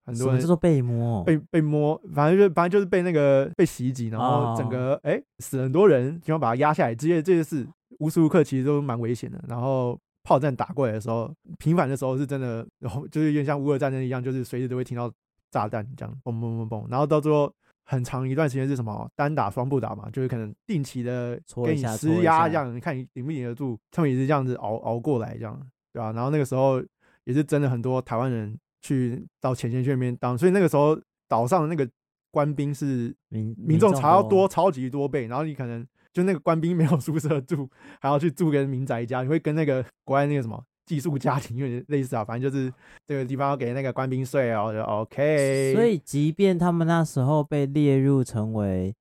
Speaker 2: 很
Speaker 1: 什
Speaker 2: 多
Speaker 1: 么
Speaker 2: 人
Speaker 1: 叫做被摸？哦
Speaker 2: 被被摸，反正就反正就是被那个被袭击，然后整个哎、诶死很多人，就要把他压下来。这些这些事无时无刻其实都蛮危险的。然后炮战打过来的时候，频繁的时候是真的，然后就是有点像乌俄战争一样，就是随时都会听到炸弹这样嘣嘣嘣嘣，然后到最后。很长一段时间是什么单打双不打嘛，就是可能定期的
Speaker 1: 搓
Speaker 2: 给
Speaker 1: 一
Speaker 2: 你
Speaker 1: 下
Speaker 2: 施
Speaker 1: 搓一
Speaker 2: 压，
Speaker 1: 下
Speaker 2: 这样你看你顶不顶得住，他们也是这样子熬熬过来这样，对啊吧、然后那个时候也是真的很多台湾人去到前线去那边当，所以那个时候岛上的那个官兵是
Speaker 1: 民
Speaker 2: 民众查要多
Speaker 1: 多，
Speaker 2: 超级多倍，然后你可能就那个官兵没有宿舍住， 还要去住跟民宅家，你会跟那个 国外那个什么寄宿家庭有点类似啊，反正就是这个地方要给那个官兵睡哦，我就 OK。
Speaker 1: 所以即便他们那时候被列入成为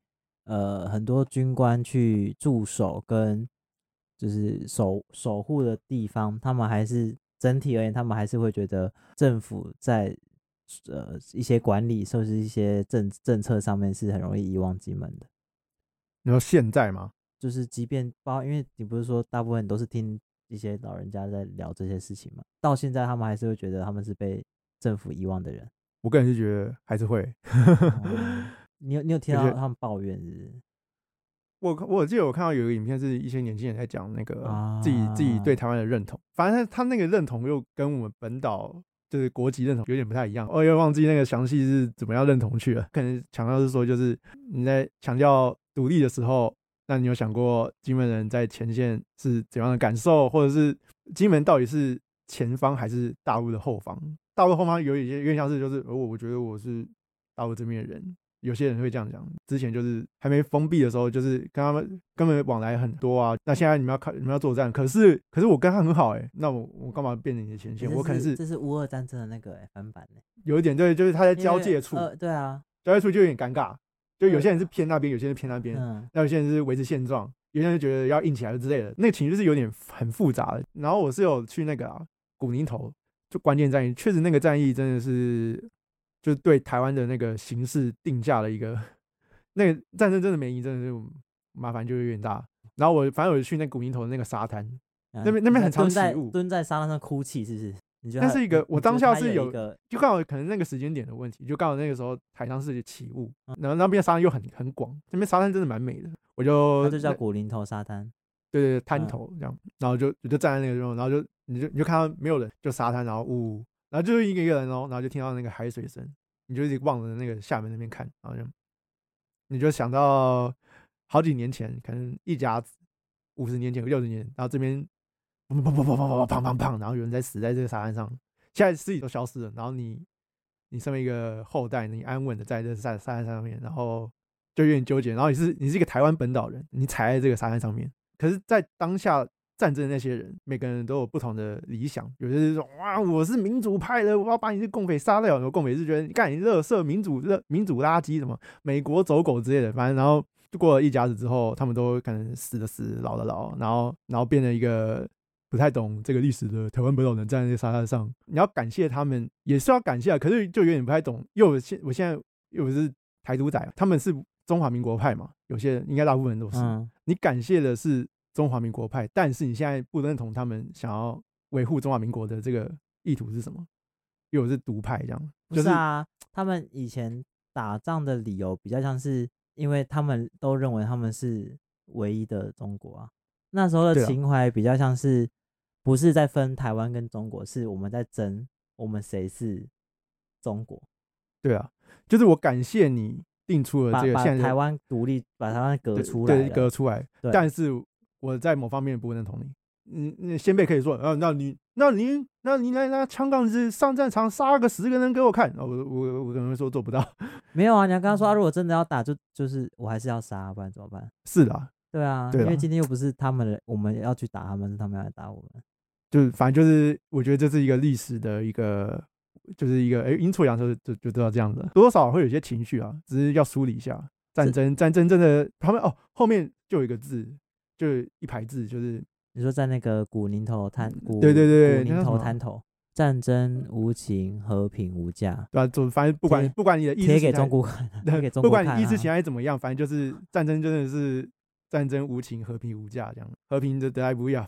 Speaker 1: 呃很多军官去驻守跟就是守守护的地方，他们还是整体而言，他们还是会觉得政府在。呃，一些管理甚至一些政政策上面是很容易遗忘金门的。
Speaker 2: 你说现在吗？
Speaker 1: 就是即便包，因为你不是说大部分都是听一些老人家在聊这些事情嘛，到现在他们还是会觉得他们是被政府遗忘的人。
Speaker 2: 我个人是觉得还是会。
Speaker 1: 哦你有你有听
Speaker 2: 而
Speaker 1: 到
Speaker 2: 且
Speaker 1: 他们抱怨是不是
Speaker 2: 我我记得我看到有一个影片，是一些年轻人在讲那个
Speaker 1: 啊
Speaker 2: 自己、自己对台湾的认同，反正他他那个认同又跟我们本岛就是国籍认同有点不太一样，我也忘记那个详细是怎么样认同去了，可能强调是说就是你在强调独立的时候，那你有想过金门人在前线是怎样的感受，或者是金门到底是前方还是大陆的后方？大陆后方有一些有点像是就是呃我我觉得我是大陆这边的人，有些人会这样讲。之前就是还没封闭的时候，就是跟他们根本往来很多啊。那现在你们要看你们要作战，可是可是我跟他很好哎、那我我干嘛变成你的 前线？
Speaker 1: 这
Speaker 2: 我可能是
Speaker 1: 这是乌俄战争的那个、欸、翻版、欸、
Speaker 2: 有一点对，就是他在
Speaker 1: 因
Speaker 2: 交
Speaker 1: 为
Speaker 2: 界处，
Speaker 1: 呃对啊，
Speaker 2: 交界处就有点尴尬。就有
Speaker 1: 对
Speaker 2: 些人是偏那边，有些人是偏那边，
Speaker 1: 嗯，
Speaker 2: 那有些人是维持现状，有些人就觉得要硬起来之类的，那个情绪是有点很复杂的。然后我是有去那个啊古宁头，就关键战役，确实那个战役真的是就是对台湾的那个形势定下了一个 那个战争真的没赢，真的是麻烦就有点大。然后我反正我去那古宁头的那个沙滩，那边那边很常
Speaker 1: 蹲
Speaker 2: 起
Speaker 1: 在
Speaker 2: 雾
Speaker 1: 蹲在沙滩上哭泣，是不是？你觉得
Speaker 2: 那
Speaker 1: 他
Speaker 2: 是一个
Speaker 1: 你
Speaker 2: 我
Speaker 1: 你觉
Speaker 2: 当
Speaker 1: 得
Speaker 2: 下
Speaker 1: 他
Speaker 2: 是
Speaker 1: 有
Speaker 2: 有
Speaker 1: 一个
Speaker 2: 就刚好可能那个时间点的问题，就刚好那个时候台上是起雾，
Speaker 1: 嗯
Speaker 2: 然后那边沙滩又很很广，那边沙滩真的蛮美的，我就
Speaker 1: 它就
Speaker 2: 呃那
Speaker 1: 叫古林头沙滩，
Speaker 2: 对对，对，滩
Speaker 1: 嗯
Speaker 2: 头这样，然后就我就站在那个地方，然后就你就你就看到没有人，就沙滩，然后呜，然后就是一个一个人哦，然后就听到那个海水声，你就一直望着那个厦门那边看，然后就你就想到好几年前，可能一家子五十年前、六十年，然后这边砰砰砰砰砰砰砰砰砰，然后有人在死在这个沙滩上，现在尸体都消失了，然后你你身为一个后代，你安稳的在这沙沙滩上面，然后就有点纠结，然后你是你是一个台湾本岛人，你踩在这个沙滩上面。可是，在当下战争的那些人，每个人都有不同的理想，有些是说哇，我是民主派的，我要把你这共匪杀掉；有共匪是觉得你干你乐色民主乐民主垃圾什么美国走狗之类的，反正然后。就过了一甲子之后，他们都可能死的死，老的老，然后然后变成一个不太懂这个历史的台湾本岛人站在那个沙滩上，你要感谢他们，也是要感谢啊，可是就有点不太懂，因为我现我现在因为我是台独仔，他们是中华民国派嘛，有些人应该大部分人都是，
Speaker 1: 嗯，
Speaker 2: 你感谢的是中华民国派，但是你现在不认同他们想要维护中华民国的这个意图是什么？因为我是独派，这样
Speaker 1: 不
Speaker 2: 就是是
Speaker 1: 啊，他们以前打仗的理由比较像是，因为他们都认为他们是唯一的中国啊。那时候
Speaker 2: 对
Speaker 1: 的
Speaker 2: 啊
Speaker 1: 情怀比较像是，不是在分台湾跟中国，是我们在争我们谁是中国，
Speaker 2: 对啊，就是我感谢你定出了
Speaker 1: 把
Speaker 2: 这个
Speaker 1: 把
Speaker 2: 现在
Speaker 1: 台
Speaker 2: 的
Speaker 1: 湾独立，把台湾隔
Speaker 2: 对
Speaker 1: 出
Speaker 2: 对
Speaker 1: 来了
Speaker 2: 隔出来
Speaker 1: 对，
Speaker 2: 但是我在某方面不认同你。嗯，那先辈可以说，啊，那你，那你，那你来拿枪杠子上战场杀个十个人给我看，啊、我我我可能会说做不到，
Speaker 1: 没有啊，你要跟他说，啊、如果真的要打，就就是我还是要杀，不然怎么办？
Speaker 2: 是啦，
Speaker 1: 对啊，
Speaker 2: 对
Speaker 1: 因为
Speaker 2: 啦
Speaker 1: 今天又不是他们的，我们要去打他们，是他们要来打我们。
Speaker 2: 就是反正就是，我觉得这是一个历史的一个，就是一个哎，阴错阳错就就知道这样子，多多少少会有一些情绪啊，只是要梳理一下战
Speaker 1: 是
Speaker 2: 争，战争真的他们哦，后面就有一个字，就有一排字，就是
Speaker 1: 你说在那个古宁头滩，古
Speaker 2: 嗯对对对
Speaker 1: 古
Speaker 2: 那
Speaker 1: 宁
Speaker 2: 叫什
Speaker 1: 头
Speaker 2: 么
Speaker 1: 滩头，战争无情，和平无价，
Speaker 2: 对吧、就反正不管
Speaker 1: 贴
Speaker 2: 不管你的意
Speaker 1: 贴
Speaker 2: 识
Speaker 1: 给
Speaker 2: 形态
Speaker 1: 中国看啊，贴给中
Speaker 2: 不
Speaker 1: 国
Speaker 2: 管
Speaker 1: 看
Speaker 2: 你意识形
Speaker 1: 啊。
Speaker 2: 态怎么样，反正就是战争真的是战争无情，和平无价，这样和平的得来不易啊。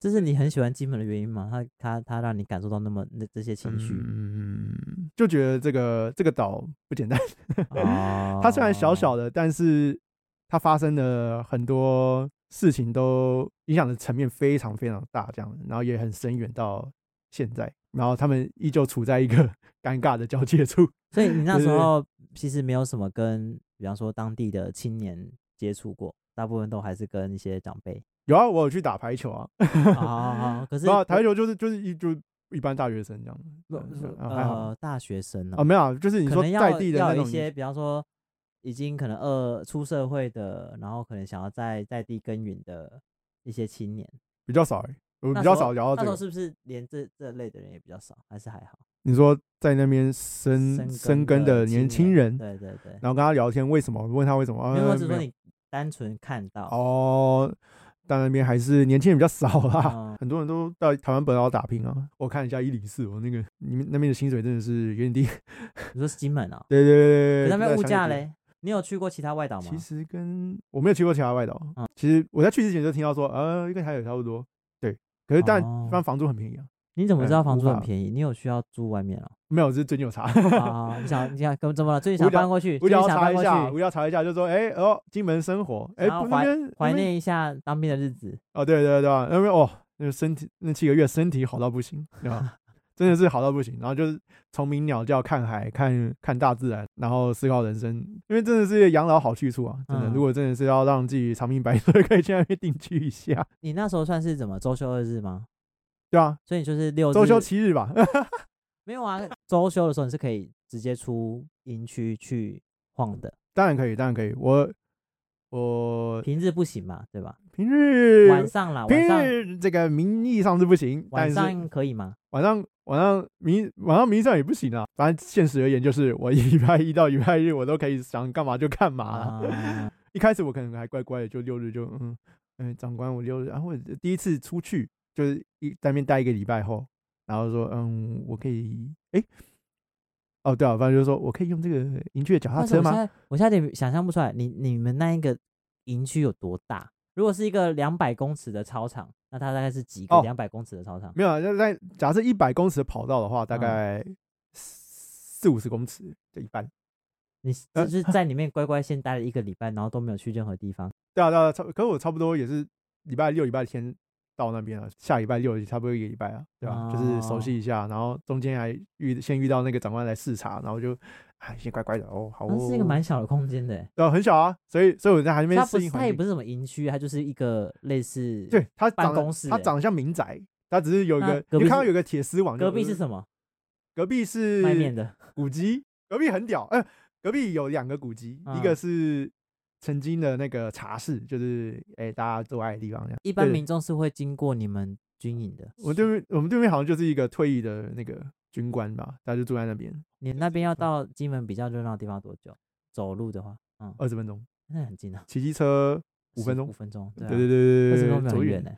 Speaker 1: 这是你很喜欢金门的原因吗？他他他让你感受到那么那这些情绪
Speaker 2: 嗯，就觉得这个这个岛不简单。
Speaker 1: 哦。
Speaker 2: 它虽然小小的，但是它发生的很多事情都影响的层面非常非常大，这样，然后也很深远到现在，然后他们依旧处在一个尴尬的交界处。
Speaker 1: 所以你那
Speaker 2: 对
Speaker 1: 时
Speaker 2: 对对
Speaker 1: 候其实没有什么跟，比方说当地的青年接触过，大部分都还是跟一些长 辈。
Speaker 2: 有啊，我有去打排球啊，
Speaker 1: 哦，可是
Speaker 2: 然后
Speaker 1: 我
Speaker 2: 台球就是就是一就一般大学生这样，
Speaker 1: 不
Speaker 2: 嗯
Speaker 1: 是
Speaker 2: 啊还好
Speaker 1: 呃大学生
Speaker 2: 啊，
Speaker 1: 哦，
Speaker 2: 没有啊，就是你
Speaker 1: 可
Speaker 2: 说
Speaker 1: 能要
Speaker 2: 在地的
Speaker 1: 要
Speaker 2: 那
Speaker 1: 有一
Speaker 2: 种
Speaker 1: 些，比方说已经可能二出社会的，然后可能想要在在地耕耘的一些青年，
Speaker 2: 比较少、欸，我
Speaker 1: 那
Speaker 2: 比
Speaker 1: 时
Speaker 2: 较
Speaker 1: 候
Speaker 2: 少聊
Speaker 1: 那
Speaker 2: 到
Speaker 1: 时
Speaker 2: 这
Speaker 1: 候
Speaker 2: 个。
Speaker 1: 是不是连这这类的人也比较少，还是还好？
Speaker 2: 你说在那边生生根
Speaker 1: 的
Speaker 2: 的年轻
Speaker 1: 轻
Speaker 2: 人，
Speaker 1: 对对对，
Speaker 2: 然后跟他聊天，为什么？问他为什么？
Speaker 1: 因为
Speaker 2: 啊
Speaker 1: 我只
Speaker 2: 没
Speaker 1: 说
Speaker 2: 有
Speaker 1: 你单纯看到，
Speaker 2: 哦，但那边还是年轻人比较少 啦，
Speaker 1: 嗯
Speaker 2: 很多人都到台湾本岛打拼啊。我看一下一零四，我那个你们那边的薪水真的是有点低。
Speaker 1: 你说是金门啊，
Speaker 2: 对对对对
Speaker 1: 可
Speaker 2: 对，
Speaker 1: 是那边
Speaker 2: 在
Speaker 1: 物
Speaker 2: 乡
Speaker 1: 价
Speaker 2: 野地
Speaker 1: 嘞？你有去过其他外岛吗
Speaker 2: 其？实跟我没有去过其他外岛，
Speaker 1: 嗯
Speaker 2: 其实我在去之前就听到说，呃，跟台北差不多。对，可是但
Speaker 1: 哦
Speaker 2: 但房租很便宜啊。
Speaker 1: 你怎么知
Speaker 2: 嗯
Speaker 1: 道房
Speaker 2: 无
Speaker 1: 租很
Speaker 2: 法
Speaker 1: 便宜？你有需要住外 面哦？
Speaker 2: 没有，就是最近有查，
Speaker 1: 啊，你想你想怎么怎么了？最近
Speaker 2: 无
Speaker 1: 想
Speaker 2: 聊
Speaker 1: 搬过去，
Speaker 2: 无
Speaker 1: 最近想
Speaker 2: 聊查
Speaker 1: 搬
Speaker 2: 一
Speaker 1: 过
Speaker 2: 下，
Speaker 1: 去
Speaker 2: 无，聊查一下，就说，哎、哦，金门生活，哎、
Speaker 1: 然后
Speaker 2: 不那边
Speaker 1: 怀
Speaker 2: 那边
Speaker 1: 念一下当兵的日子。
Speaker 2: 哦，对对对啊，那边哦，那身体那七个月身体好到不行，对吧？ 真的是好到不行。然后就是虫鸣鸟叫，看海，看看大自然，然后思考人生，因为真的是养老好去处啊！真的，
Speaker 1: 嗯
Speaker 2: 如果真的是要让自己长命百岁， 可以去那边定居一下，
Speaker 1: 你那时候算是怎么周休二日吗？
Speaker 2: 对啊，
Speaker 1: 所以你就是六
Speaker 2: 周休
Speaker 1: 日
Speaker 2: 七日吧，
Speaker 1: 没有啊？周休的时候你是可以直接出营区去晃的，
Speaker 2: 当然可以，当然可以。我我
Speaker 1: 平日不行嘛，对吧？
Speaker 2: 平日
Speaker 1: 晚上啦，晚
Speaker 2: 平
Speaker 1: 上
Speaker 2: 日这个名义上是不行，但
Speaker 1: 晚
Speaker 2: 是
Speaker 1: 上可以吗？
Speaker 2: 晚上晚上名晚上名义上也不行啊。反正现实而言，就是我 礼拜一到礼拜日我都可以想干嘛就干嘛啊、
Speaker 1: 啊，
Speaker 2: 一开始我可能还乖乖的，就六日就嗯嗯，长官我六日，然、后我第一次出去就是一在那边待一个礼拜后，然后说嗯我可以诶，哦对啊，反正就是说我可以用这个营区啊的脚踏
Speaker 1: 但是
Speaker 2: 车
Speaker 1: 我现
Speaker 2: 吗？
Speaker 1: 在我现在有点想象不出来，你你们那一个营区有多大？如果是一个两百公尺的操场，那它大概是几个
Speaker 2: 哦
Speaker 1: 两百公尺的操场？
Speaker 2: 没有啊，那在假设一百公尺的跑道的话，大
Speaker 1: 嗯
Speaker 2: 概四五十公尺就一半。
Speaker 1: 你是
Speaker 2: 呃
Speaker 1: 就是 在里面乖乖先待了一个礼拜，然后都没有去任何地方。
Speaker 2: 对啊，对啊，差不，可是我差不多也是礼拜六、礼拜天到那边了，下礼拜六也差不多一个礼拜啊，对吧、就是熟
Speaker 1: 哦
Speaker 2: 悉一下，然后中间还遇先遇到那个长官来视察，然后就哎先乖乖的哦，好
Speaker 1: 那
Speaker 2: 哦，
Speaker 1: 啊是一个蛮小的空间的欸，
Speaker 2: 对啊、很小啊，所以所以我在还没
Speaker 1: 它不
Speaker 2: 适
Speaker 1: 是
Speaker 2: 应
Speaker 1: 它
Speaker 2: 环
Speaker 1: 也
Speaker 2: 境
Speaker 1: 不，是什么营区，它就是一个类似。，
Speaker 2: 对，它
Speaker 1: 办
Speaker 2: 长得
Speaker 1: 公室
Speaker 2: 它
Speaker 1: 欸
Speaker 2: 长得像民宅，它只是有一
Speaker 1: 那
Speaker 2: 个，
Speaker 1: 隔
Speaker 2: 你
Speaker 1: 壁
Speaker 2: 看到
Speaker 1: 是
Speaker 2: 有个铁丝网就，
Speaker 1: 隔壁是什么？
Speaker 2: 隔壁是
Speaker 1: 卖面的。
Speaker 2: 古迹，隔壁很屌，哎、隔壁有两个古迹，一
Speaker 1: 嗯
Speaker 2: 个是曾经的那个茶室，就是哎、大家做爱的地方，这样
Speaker 1: 一般
Speaker 2: 对
Speaker 1: 民众是会经过你们军营的，
Speaker 2: 我们对面，我们对面好像就是一个退役的那个军官吧，他就住在那边
Speaker 1: 你那边要到金门比较热闹的地方多久？走路的话，嗯，
Speaker 2: 二十分钟，
Speaker 1: 那很近啊，
Speaker 2: 骑机车呃五分
Speaker 1: 五
Speaker 2: 钟。
Speaker 1: 分钟，对啊
Speaker 2: 对对对
Speaker 1: 二
Speaker 2: 对
Speaker 1: 十
Speaker 2: 对
Speaker 1: 公
Speaker 2: 对，
Speaker 1: 分
Speaker 2: 走
Speaker 1: 很
Speaker 2: 远
Speaker 1: 远，呢。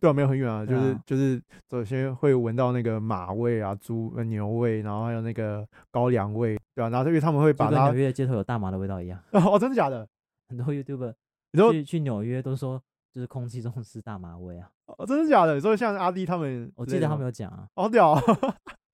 Speaker 2: 对啊，没有很远啊，就
Speaker 1: 对
Speaker 2: 是
Speaker 1: 啊
Speaker 2: 就是首先会闻到那个马味啊、猪呃牛味，然后还有那个高粱味，对啊，然后因为他们会
Speaker 1: 就
Speaker 2: 把
Speaker 1: 跟纽
Speaker 2: 它
Speaker 1: 约的街头有大麻的味道一样。
Speaker 2: 哦，真的假的？
Speaker 1: 很多 YouTuber
Speaker 2: 你说
Speaker 1: 去去纽约都说，就是空气中是大麻味啊。
Speaker 2: 哦真的假的？你说像阿弟他们之类的吗，
Speaker 1: 我记得他们有讲啊，
Speaker 2: 好屌啊，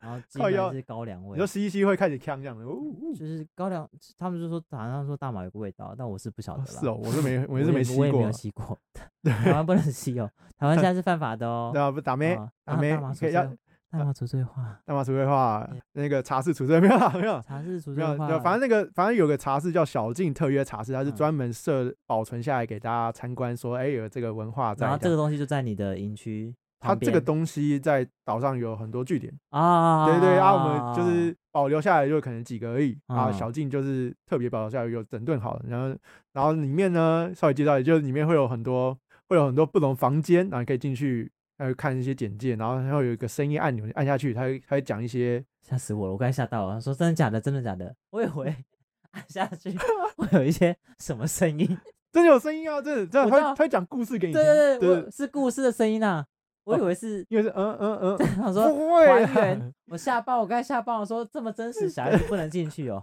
Speaker 1: 然后基
Speaker 2: 靠腰
Speaker 1: 本是高粱
Speaker 2: 你
Speaker 1: 味啊
Speaker 2: 说，吸一吸会开始呛这样的，哦
Speaker 1: 就是高粱，他们就说好像说大麻有个味道，但我是不晓
Speaker 2: 哦
Speaker 1: 得
Speaker 2: 是
Speaker 1: 啦。
Speaker 2: 哦，我是没我
Speaker 1: 我
Speaker 2: 是
Speaker 1: 也
Speaker 2: 没吸
Speaker 1: 我也没
Speaker 2: 过
Speaker 1: 有
Speaker 2: 啊，
Speaker 1: 吸过， 台湾不能吸哦，台湾现在是犯法的哦。
Speaker 2: 对啊，不打咩
Speaker 1: 啊
Speaker 2: 打
Speaker 1: 大
Speaker 2: 咩
Speaker 1: 麻，除
Speaker 2: 可以要啊
Speaker 1: 罪大麻除罪化，
Speaker 2: 大麻除非话
Speaker 1: 嗯
Speaker 2: 那个茶室除罪没有啦没有啦，
Speaker 1: 茶是除
Speaker 2: 没
Speaker 1: 罪
Speaker 2: 有，啊
Speaker 1: 化，
Speaker 2: 就反正那个，反正有个茶室叫小径特约茶室，它是
Speaker 1: 嗯
Speaker 2: 专门设保存下来给大家参观，说，哎、有这个文化在
Speaker 1: 然
Speaker 2: 样。
Speaker 1: 后这个东西就在你的营区
Speaker 2: 它
Speaker 1: 旁
Speaker 2: 这
Speaker 1: 边，
Speaker 2: 个东西在岛上有很多据点，
Speaker 1: 啊，
Speaker 2: 对对啊，我们就是保留下来就可能几个而已、啊。
Speaker 1: 嗯
Speaker 2: 小径就是特别保留下来，有整顿好了，然后然后里面呢，稍微介绍，也就是里面会有很多会有很多不同房间，然后你可以进去。还有看一些简介，然后还会有一个声音按钮，你按下去，它会它会讲一些
Speaker 1: 吓死我了，我刚才吓到了，他说真的假的，真的假的，我以 为按下去会有一些什么声音，
Speaker 2: 真的有声音啊，真的真的，
Speaker 1: 我知
Speaker 2: 它会
Speaker 1: 道
Speaker 2: 它会讲故事给你
Speaker 1: 对
Speaker 2: 听，
Speaker 1: 对
Speaker 2: 对
Speaker 1: 对，我是故事的声音啊，我以为是，
Speaker 2: 因为是嗯嗯嗯，
Speaker 1: 他说
Speaker 2: 不会
Speaker 1: 还
Speaker 2: 啦
Speaker 1: 原，我吓爆，我刚才吓爆，我说这么真实，小孩子不能进去哦，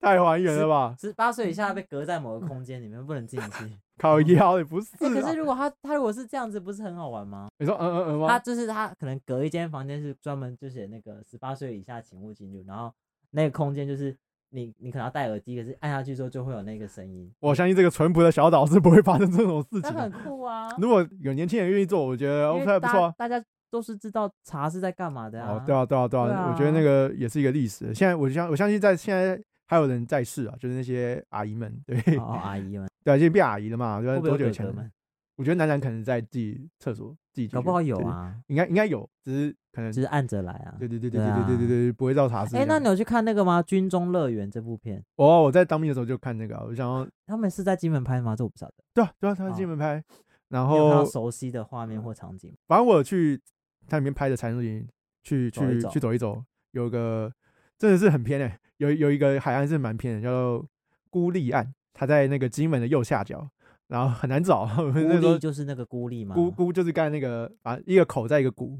Speaker 2: 太还原了吧？
Speaker 1: 十八岁以下被隔在某个空间里面不能进去。
Speaker 2: 靠腰也不是
Speaker 1: 哎、可
Speaker 2: 啊
Speaker 1: 是如果他他如果是这样子，不是很好玩吗？
Speaker 2: 你说嗯嗯嗯
Speaker 1: 他
Speaker 2: 吗？
Speaker 1: 就是他可能隔一间房间是专门就写那个十八岁以下请勿进入，然后那个空间就是你你可能要戴耳机，可是按下去之后就会有那个声音，
Speaker 2: 我相信这个淳朴的小岛是不会发生这种事
Speaker 1: 那
Speaker 2: 情
Speaker 1: 很
Speaker 2: 的。
Speaker 1: 酷 啊！
Speaker 2: 如果有年轻人愿意做，我觉得
Speaker 1: 因
Speaker 2: OK
Speaker 1: 为
Speaker 2: 不
Speaker 1: 大
Speaker 2: 错啊。
Speaker 1: 大家都是知道茶是在干嘛的啊。
Speaker 2: 哦，对啊，对啊，对
Speaker 1: 对
Speaker 2: 啊，
Speaker 1: 啊
Speaker 2: 我觉得那个也是一个历史。现在我相我相信在现在还有人在世啊，就是那些阿姨们，对
Speaker 1: 哦哦阿姨 们，
Speaker 2: 对啊，现在变阿姨了嘛，对
Speaker 1: 会
Speaker 2: 吧？
Speaker 1: 不会有
Speaker 2: 多久
Speaker 1: 哥
Speaker 2: 以前
Speaker 1: 哥
Speaker 2: 了？
Speaker 1: 们？
Speaker 2: 我觉得男男可能在自己厕所自己解决，
Speaker 1: 搞不好有
Speaker 2: 对，
Speaker 1: 啊，
Speaker 2: 应该应该有，只是可能
Speaker 1: 就是按着来啊。
Speaker 2: 对对对对
Speaker 1: 对
Speaker 2: 对
Speaker 1: 啊
Speaker 2: 对对对，不会造茶室这
Speaker 1: 哎、
Speaker 2: 样。
Speaker 1: 那你有去看那个吗？《军中乐园》这部片，
Speaker 2: 哦，我在当兵的时候就看那个啊，我想要
Speaker 1: 他们是在金门拍的吗？这我不晓得。
Speaker 2: 对啊对啊，他
Speaker 1: 哦
Speaker 2: 进门拍，然
Speaker 1: 你有看
Speaker 2: 后
Speaker 1: 到熟悉的画面或场景吗？
Speaker 2: 反正我有去它里面拍的残影，去
Speaker 1: 走一
Speaker 2: 去
Speaker 1: 走
Speaker 2: 去走一走，有个真的是很偏诶、欸有有一个海岸是蛮偏的，叫做孤立岸，它在那个金门的右下角，然后很难找。 我们那时
Speaker 1: 孤立
Speaker 2: 候
Speaker 1: 就是那个孤立吗？
Speaker 2: 孤孤就是刚才那个啊，一个口在一个孤，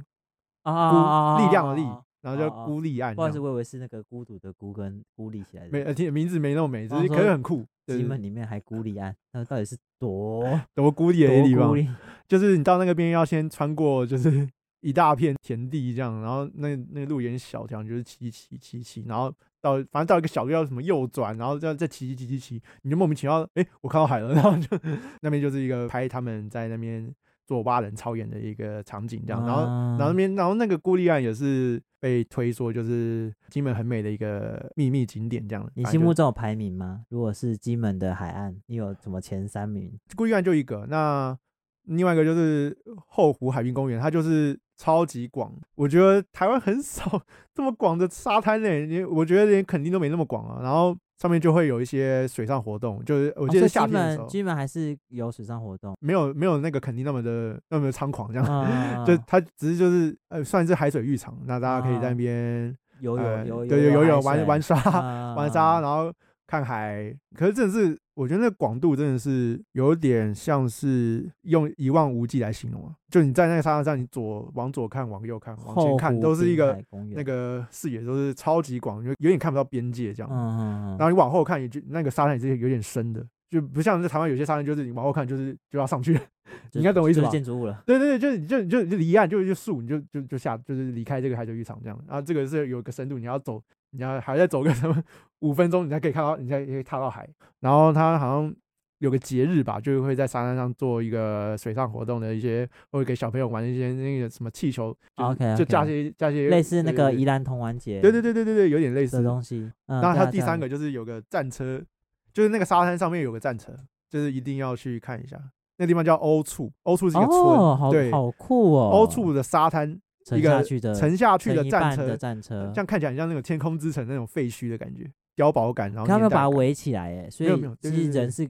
Speaker 1: 啊
Speaker 2: 孤
Speaker 1: 啊啊啊
Speaker 2: 力量的力
Speaker 1: 啊啊啊，
Speaker 2: 然后叫
Speaker 1: 哦哦
Speaker 2: 孤立岸
Speaker 1: 不好意思，
Speaker 2: 这样。
Speaker 1: 我以为是那个孤独的孤跟孤立起来
Speaker 2: 没
Speaker 1: 的。
Speaker 2: 呃，听名字没那么美，只
Speaker 1: 我
Speaker 2: 是
Speaker 1: 想
Speaker 2: 可
Speaker 1: 哦
Speaker 2: 是
Speaker 1: 说
Speaker 2: 很酷。对
Speaker 1: 金，门里面还孤立岸，那到底是 多
Speaker 2: 多孤立的一个地
Speaker 1: 多孤
Speaker 2: 方，
Speaker 1: 立？
Speaker 2: 就是你到那个边要先穿过，就是 一大片田地这样，然后那那个路也很小条，你就是骑骑骑骑，然后到反正到一个小路要什么右转，然后这样再骑骑骑骑骑，你就莫名其妙，哎、我看到海了，然后就那边就是一个拍他们在那边做挖人超演的一个场景这 样，然后
Speaker 1: 然
Speaker 2: 然后那边，然后那个孤立案也是被推说就是金门很美的一个秘密景点这样。
Speaker 1: 你
Speaker 2: 反
Speaker 1: 心
Speaker 2: 正
Speaker 1: 目
Speaker 2: 就
Speaker 1: 中有排名吗？如果是金门的海岸，你有什么前三名？
Speaker 2: 孤立案就一个，那另外一个就是后湖海滨公园，它就是超级广，我觉得台湾很 少这么广的沙滩嘞、你我觉得连垦丁都没那么广啊。然后上面就会有一些水上活动，就是我
Speaker 1: 哦
Speaker 2: 记
Speaker 1: 所
Speaker 2: 得
Speaker 1: 以
Speaker 2: 夏
Speaker 1: 金
Speaker 2: 天的时
Speaker 1: 门
Speaker 2: 候，
Speaker 1: 金门还是有水上活动
Speaker 2: ，没有没有那个垦丁那么的那么的猖狂这样。
Speaker 1: 啊
Speaker 2: 就它只是就是呃算是海水浴场，那大家可以在那边、
Speaker 1: 哦游
Speaker 2: 呃
Speaker 1: 泳游
Speaker 2: 对对游泳
Speaker 1: 泳嗯
Speaker 2: 玩玩沙，玩
Speaker 1: 玩
Speaker 2: 沙，然后看海。可是真的是，我觉得那个广度真的是有点像是用一望无际来形容啊。就你在那个沙滩上，你左往左看，往右看，
Speaker 1: 嗯
Speaker 2: 往前看，都是一个那
Speaker 1: 那
Speaker 2: 个视野都是超级广，就有点看不到边界这样。
Speaker 1: 嗯嗯
Speaker 2: 然后你往后看，也就那个沙滩也是有点深的，就不像在台湾有些沙滩，就是你往后看就是就要上去。
Speaker 1: 嗯，
Speaker 2: 你应该懂我意
Speaker 1: 就
Speaker 2: 思
Speaker 1: 是
Speaker 2: 吧
Speaker 1: 建筑物了，
Speaker 2: 对对对，就是你就你就你就离岸，就就树，你就就就下，就是离开这个海水浴场这样。然啊后这个是有一个深度，你要走，你要还在走个什么五分钟，你才可以看到，你才可以踏到海。然后它好像有个节日吧，就会在沙滩上做一个水上活动的一些，或者给小朋友玩一些那个什么气球就是
Speaker 1: OK，OK
Speaker 2: 就架些架些
Speaker 1: 类似那个宜
Speaker 2: 对
Speaker 1: 兰同玩节，
Speaker 2: 对对对对对对，有点类似
Speaker 1: 的。东西。嗯，
Speaker 2: 然后
Speaker 1: 对
Speaker 2: 它
Speaker 1: 啊
Speaker 2: 第三个，就是有个战车，就是那个沙滩上面有个战车，就是一定要去看一下。那地方叫欧处，欧处是
Speaker 1: 对
Speaker 2: 一
Speaker 1: 啊
Speaker 2: 个村，
Speaker 1: 哦，好
Speaker 2: 对，
Speaker 1: 好酷哦，
Speaker 2: 凹处的沙滩
Speaker 1: 沉
Speaker 2: 一个
Speaker 1: 下去的
Speaker 2: 沉下去
Speaker 1: 沉
Speaker 2: 的
Speaker 1: 一
Speaker 2: 战
Speaker 1: 半
Speaker 2: 车
Speaker 1: 的，战车
Speaker 2: 这，样看起来很像那种天空之城那种废墟的感觉，碉堡感，然后
Speaker 1: 可他们
Speaker 2: 年代
Speaker 1: 把它
Speaker 2: 感
Speaker 1: 围起来，哎，所
Speaker 2: 没有
Speaker 1: 以
Speaker 2: 没有
Speaker 1: 其
Speaker 2: 对对
Speaker 1: 实
Speaker 2: 对
Speaker 1: 人是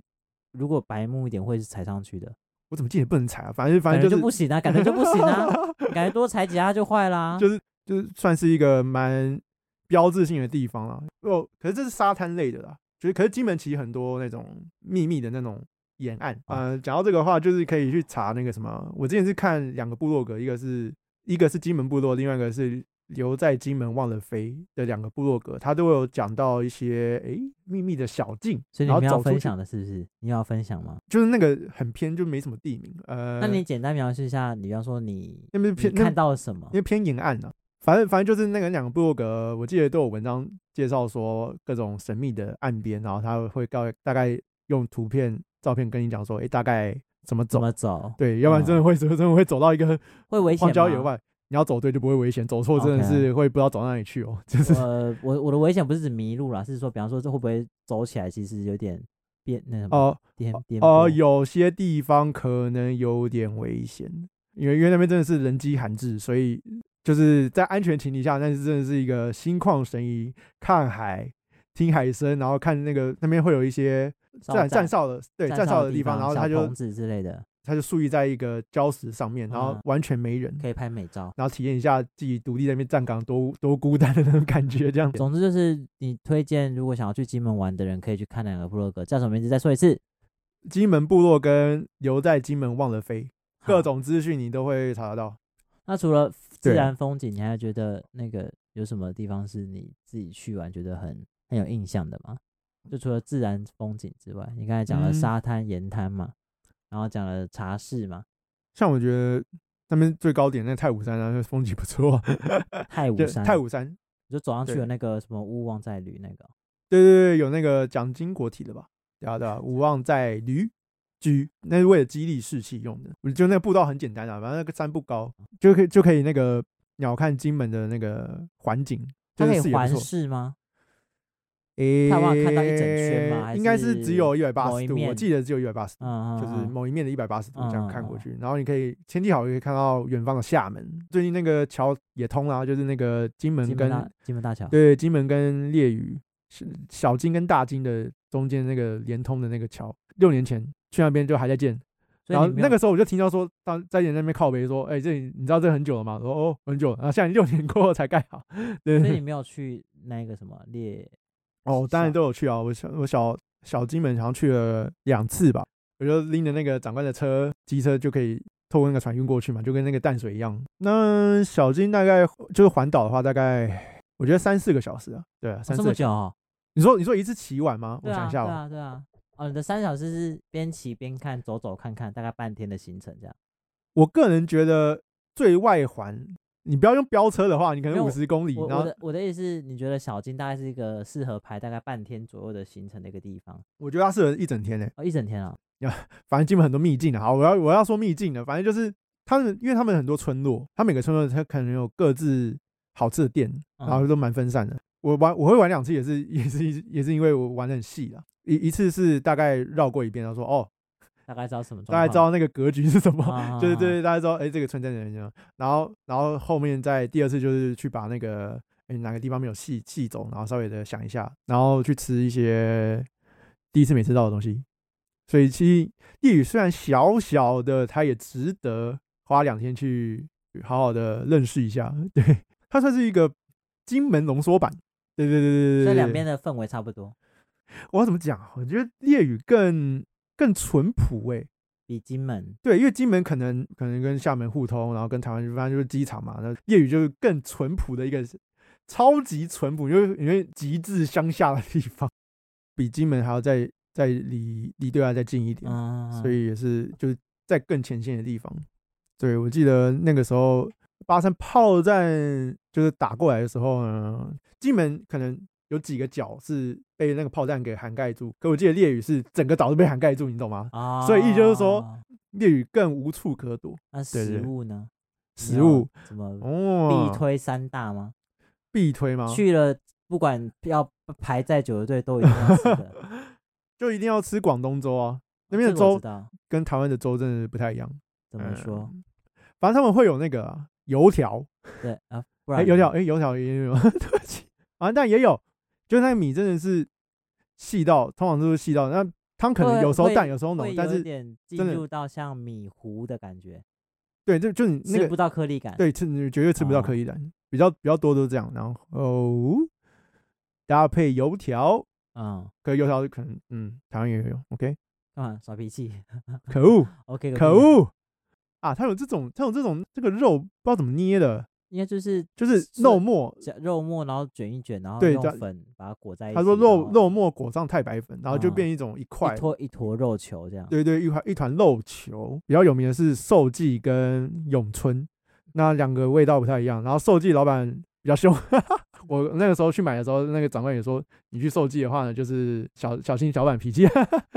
Speaker 1: 如果白目一点会是踩上去的，
Speaker 2: 我怎么记得不能踩啊，反正反
Speaker 1: 感
Speaker 2: 正
Speaker 1: 觉就
Speaker 2: 就
Speaker 1: 是不行啊，感觉就不行啊， 感觉多踩几下就坏啦。
Speaker 2: 就是就是算是一个蛮标志性的地方啦。哦，可是这是沙滩类的啦，就是可是金门其实很多那种秘密的那种沿岸。呃，讲到这个话，就是可以去查那个什么，我之前是看两个部落格，一个是一个是金门部落，另外一个是。留在金门忘了飞的两个部落格，它都会有讲到一些诶、秘密的小径，
Speaker 1: 所以
Speaker 2: 然
Speaker 1: 你
Speaker 2: 后
Speaker 1: 们要
Speaker 2: 走出
Speaker 1: 分
Speaker 2: 去，
Speaker 1: 享的是不是？你要分享吗？
Speaker 2: 就是那个很偏，就没什么地名。呃，
Speaker 1: 那你简单描述一下，你比方说你
Speaker 2: 那边
Speaker 1: 你
Speaker 2: 偏那
Speaker 1: 看到了什么
Speaker 2: 因？为偏沿岸啊，反正反正就是那个两个部落格，我记得都有文章介绍说各种神秘的岸边，然后他会告大概用图片、照片跟你讲说，诶，大概怎么
Speaker 1: 怎
Speaker 2: 走，
Speaker 1: 么走？
Speaker 2: 对，要不然真的会、真的会走到一个
Speaker 1: 会危险
Speaker 2: 荒
Speaker 1: 吗？
Speaker 2: 郊野外，你要走对就不会危险，走错真的
Speaker 1: OK
Speaker 2: 是会不知道走到哪里去哦，就是
Speaker 1: 呃，我我的危险不是指迷路啦，是说，比方说这会不会走起来其实有点变那什么
Speaker 2: 哦
Speaker 1: 颠颠
Speaker 2: 哦、
Speaker 1: 簸
Speaker 2: 有些地方可能有点危险，因为因为那边真的是人迹罕至，所以就是在安全前提下，那是真的是一个心旷神怡，看海、听海声，然后看那个那边会有一些
Speaker 1: 哨站
Speaker 2: 站站哨的对
Speaker 1: 站
Speaker 2: 站
Speaker 1: 哨
Speaker 2: 哨
Speaker 1: 的
Speaker 2: 的地方，然后
Speaker 1: 小
Speaker 2: 他就
Speaker 1: 棚子之类的，
Speaker 2: 他就竖立在一个礁石上面，然后
Speaker 1: 嗯
Speaker 2: 完全没人，
Speaker 1: 可以拍美照。
Speaker 2: 然后体验一下自己独立在那边站岗多多孤单的那种感觉，这样子。
Speaker 1: 总之就是你推荐，如果想要去金门玩的人，可以去看两个部落格，叫什么名字？再说一次。
Speaker 2: 金门部落跟留在金门忘了飞，各
Speaker 1: 好。
Speaker 2: 种资讯你都会查得到。
Speaker 1: 那除了自
Speaker 2: 对
Speaker 1: 然风景，你还觉得那个有什么地方是你自己去玩觉得很很有印象的吗？就除了自然风景之外，你刚才讲了
Speaker 2: 嗯
Speaker 1: 沙滩、盐滩嘛，然后讲了茶室嘛，
Speaker 2: 像我觉得那边最高点那太武山啊，那风景不错啊。
Speaker 1: 太
Speaker 2: 就
Speaker 1: 武山，
Speaker 2: 太武山，
Speaker 1: 你就走上去
Speaker 2: 对
Speaker 1: 有那个什么勿忘在旅那个，
Speaker 2: 对对对，有那个蒋经国体的吧？对啊对啊，无望在驴居，那是为了激励士气用的。我觉得那个步道很简单啊，反正那个山不高，
Speaker 1: 嗯
Speaker 2: 就可以就可以那个鸟看金门的那个环景，
Speaker 1: 它
Speaker 2: 就
Speaker 1: 可
Speaker 2: 是
Speaker 1: 以
Speaker 2: 视野
Speaker 1: 环
Speaker 2: 不错。
Speaker 1: 视吗？
Speaker 2: 诶、
Speaker 1: 它有办法看到一整圈吗还
Speaker 2: 应该是只有一百八
Speaker 1: 某一
Speaker 2: 十度，我
Speaker 1: 面
Speaker 2: 记得只有一百八十度。
Speaker 1: 嗯，嗯
Speaker 2: 就是
Speaker 1: 嗯
Speaker 2: 某一面的一百八十度这样看过
Speaker 1: 嗯嗯嗯
Speaker 2: 去，然后你可以天气好也可以看到远方的厦门。最近那个桥也通啦、就是那个金门
Speaker 1: 嗯金门啊
Speaker 2: 跟
Speaker 1: 大金门大桥，
Speaker 2: 对金门跟烈屿是小金跟大金的中间那个连通的那个桥，六年前去那边就还在建。
Speaker 1: 所以
Speaker 2: 然后
Speaker 1: 你没
Speaker 2: 那
Speaker 1: 有
Speaker 2: 个时候我就听到说，当在人那边靠北说，哎、这里你知道这很久了吗？我说哦，很久了。然后现在六年过后才盖好。对
Speaker 1: 所以你没有去那个什么列
Speaker 2: 哦，当然都有去啊，我小我小小金门好像去了两次吧，我就拎着那个长官的车机车就可以透过那个船运过去嘛，就跟那个淡水一样。那小金大概就是环岛的话，大概我觉得三四个小时啊，对啊，
Speaker 1: 哦
Speaker 2: 三
Speaker 1: 这
Speaker 2: 四
Speaker 1: 么
Speaker 2: 个小时。
Speaker 1: 久哦？
Speaker 2: 你说你说一次骑完吗？我
Speaker 1: 对
Speaker 2: 想
Speaker 1: 啊，
Speaker 2: 一
Speaker 1: 对
Speaker 2: 下哦，
Speaker 1: 啊，对啊。哦，你的三小时是边骑边看，走走看看，大概半天的行程这样。
Speaker 2: 我个人觉得最外环，你不要用飙车的话，你可
Speaker 1: 没有
Speaker 2: 能五十公里，
Speaker 1: 我
Speaker 2: 然
Speaker 1: 我
Speaker 2: 后
Speaker 1: 的我的意思是，你觉得小金大概是一个适合排大概半天左右的行程的一个地方？
Speaker 2: 我觉得它适合一整天嘞、
Speaker 1: 哦，一整天啊，
Speaker 2: 反正基本很多秘境啊。好，我要我要说秘境了，反正就是他们，因为他们很多村落，他每个村落他可能有各自好吃的店，然后
Speaker 1: 嗯
Speaker 2: 都蛮分散的。我玩我会玩两次也是也是也是因为我玩的很细啊，一一次是大概绕过一遍，然后说哦，
Speaker 1: 大概知道什么状
Speaker 2: 大
Speaker 1: 况，
Speaker 2: 概知道那个格局是什么，
Speaker 1: 啊，
Speaker 2: 对对
Speaker 1: 啊，
Speaker 2: 对，大家知道，哎、这个村在哪里？然后，然后后面再第二次就是去把那个，哎、哪个地方没有细细走，然后稍微的想一下，然后去吃一些第一次没吃到的东西。所以其实地理虽然小小的，它也值得花两天去好好的认识一下。 对，它算是一个金门浓缩版。对对对对对
Speaker 1: 啊
Speaker 2: 对，
Speaker 1: 所以两
Speaker 2: 对
Speaker 1: 边的氛围差不多，
Speaker 2: 我要怎么讲啊？我觉得粤语更更淳朴哎、
Speaker 1: 比金门
Speaker 2: 对，因为金门可能可能跟厦门互通，然后跟台湾反正就是机场嘛，那粤语就是更淳朴的一个，超级淳朴，因为因为极致乡下的地方，比金门还要再再离离对岸再近一点，
Speaker 1: 嗯，
Speaker 2: 所以也是就是在更前线的地方。对，我记得那个时候八三炮战就是打过来的时候呢，金门可能有几个角是被那个炮弹给涵盖住，可我记得烈屿是整个岛都被涵盖住，你懂吗？
Speaker 1: 啊，
Speaker 2: 所以意思就是说，烈屿更无处可躲。
Speaker 1: 那
Speaker 2: 对对
Speaker 1: 食物呢？你
Speaker 2: 食
Speaker 1: 要
Speaker 2: 物
Speaker 1: 怎么
Speaker 2: 哦，啊
Speaker 1: 必推三大吗？
Speaker 2: 必推吗？
Speaker 1: 去了不管要排再久的队都一定要吃的，
Speaker 2: 就一定要吃广东粥啊，那边
Speaker 1: 哦这
Speaker 2: 的
Speaker 1: 个我
Speaker 2: 粥
Speaker 1: 知道
Speaker 2: 跟台湾的粥真的不太一样。
Speaker 1: 怎么
Speaker 2: 嗯
Speaker 1: 说？
Speaker 2: 反正他们会有那个啊油条，
Speaker 1: 对啊，不
Speaker 2: 哎、
Speaker 1: 然
Speaker 2: 油条，
Speaker 1: 呢
Speaker 2: 哎、油条也有， 对不起啊，但也有，就是那个米真的是细到，通常都是细到，那汤可能
Speaker 1: 会
Speaker 2: 有时候
Speaker 1: 会
Speaker 2: 淡，有时候浓
Speaker 1: 会，
Speaker 2: 但
Speaker 1: 有一
Speaker 2: 是
Speaker 1: 点进
Speaker 2: 真的
Speaker 1: 入到像米糊的感觉，
Speaker 2: 对，就就你那
Speaker 1: 吃
Speaker 2: 个
Speaker 1: 不到颗粒感。
Speaker 2: 对，吃你绝对吃不到
Speaker 1: 哦
Speaker 2: 可以的，比较比较多都是这样，然后搭配油条，
Speaker 1: 嗯，
Speaker 2: 可油条可能嗯，台湾也有，OK，
Speaker 1: 干嘛耍脾气
Speaker 2: 可恶。
Speaker 1: ？OK，
Speaker 2: 可
Speaker 1: 屁啊，
Speaker 2: 恶啊！它有这种，它有这种这个肉不知道怎么捏的，
Speaker 1: 应该就是
Speaker 2: 就是
Speaker 1: 是
Speaker 2: 肉末。
Speaker 1: 加肉末，然后卷一卷，然后
Speaker 2: 对
Speaker 1: 用
Speaker 2: 加
Speaker 1: 粉把它裹在一起。
Speaker 2: 他说
Speaker 1: 然
Speaker 2: 肉
Speaker 1: 后
Speaker 2: 肉末裹上太白粉，然后就
Speaker 1: 嗯
Speaker 2: 变一哦种一块
Speaker 1: 一，坨一坨肉球这样。
Speaker 2: 对对，一块一团肉球。比较有名的是寿记跟永春，那两个味道不太一样。然后寿记老板比较凶， 我那个时候去买的时候，那个长官也说，你去寿记的话呢，就是小小心小板脾气。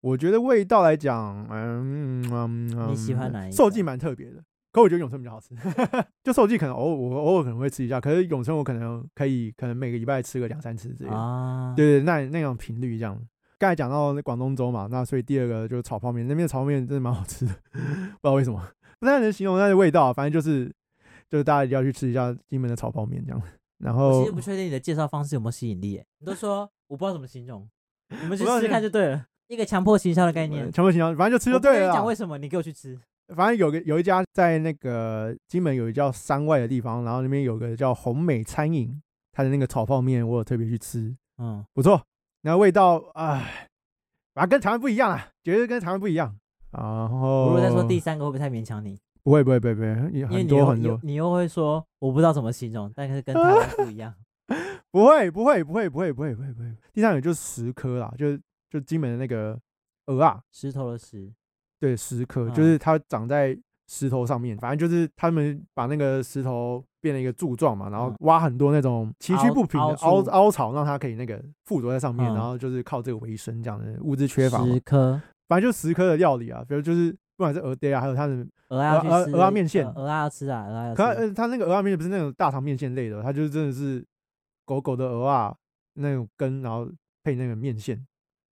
Speaker 2: 我觉得味道来讲，嗯，嗯嗯
Speaker 1: 你喜欢哪一
Speaker 2: 寿记
Speaker 1: 个
Speaker 2: 蛮特别的，可我觉得永春比较好吃。 就寿记可能偶我偶尔可能会吃一下，可是永春我可能可以可能每个礼拜吃个两三次之类的。
Speaker 1: 啊，
Speaker 2: 对对，那那种频率这样。刚才讲到那广东粥嘛，那所以第二个就是炒泡面，那边的炒泡面真的蛮好吃的，不知道为什么，不太能形容那个味道，反正就是就是大家一定要去吃一下金门的炒泡面这样。然
Speaker 1: 我
Speaker 2: 后
Speaker 1: 其实不确定你的介绍方式有没有吸引力耶，你都说我不知道怎么形容，你们去
Speaker 2: 我告
Speaker 1: 试
Speaker 2: 诉
Speaker 1: 试
Speaker 2: 你
Speaker 1: 看就对了。一个强迫行销的概念
Speaker 2: 呃，全部形容，反正就吃
Speaker 1: 我
Speaker 2: 就
Speaker 1: 不跟
Speaker 2: 对
Speaker 1: 你
Speaker 2: 了
Speaker 1: 讲为
Speaker 2: 啦。
Speaker 1: 什么，你给我去吃。
Speaker 2: 反正有个有一家在那个金门有一叫山外的地方，然后那边有个叫红美餐饮，它的那个炒泡面我有特别去吃，
Speaker 1: 嗯，
Speaker 2: 不错，那味道唉，反正跟台湾不一样啦，绝对跟台湾不一样。然后
Speaker 1: 我如果再
Speaker 2: 哦
Speaker 1: 说第三个，会不会太勉强你？
Speaker 2: 不会不会不会不会，也
Speaker 1: 因为
Speaker 2: 很
Speaker 1: 你
Speaker 2: 多
Speaker 1: 又
Speaker 2: 很
Speaker 1: 又
Speaker 2: 多，
Speaker 1: 你又会说我不知道怎么形容，但是跟台湾不 一样。
Speaker 2: 不会不会不会不会不会不会不会。第三个就是十颗啦，就是就金门的那个鹅啊，
Speaker 1: 石头的石，
Speaker 2: 对，石颗，
Speaker 1: 嗯
Speaker 2: 就是它长在石头上面，反正就是他们把那个石头变了一个柱状嘛，然后
Speaker 1: 嗯
Speaker 2: 挖很多那种崎岖
Speaker 1: 凹
Speaker 2: 不平的凹
Speaker 1: 凹处
Speaker 2: 凹槽，让它可以那个附着在上面，
Speaker 1: 嗯
Speaker 2: 然后就是靠这个为生，这样的物质缺乏嘛，
Speaker 1: 十颗
Speaker 2: 反正就十颗的料理啊，比如就是不管是鹅爹啊，还有它的
Speaker 1: 鹅啊要
Speaker 2: 鹅
Speaker 1: 去吃，
Speaker 2: 鹅啊面线
Speaker 1: 呃鹅啊要吃啊，鹅啊要吃。
Speaker 2: 可它呃，它那个鹅啊面不是那种大肠面线类的，它就是真的是狗狗的鹅啊那种根，然后配那个面线。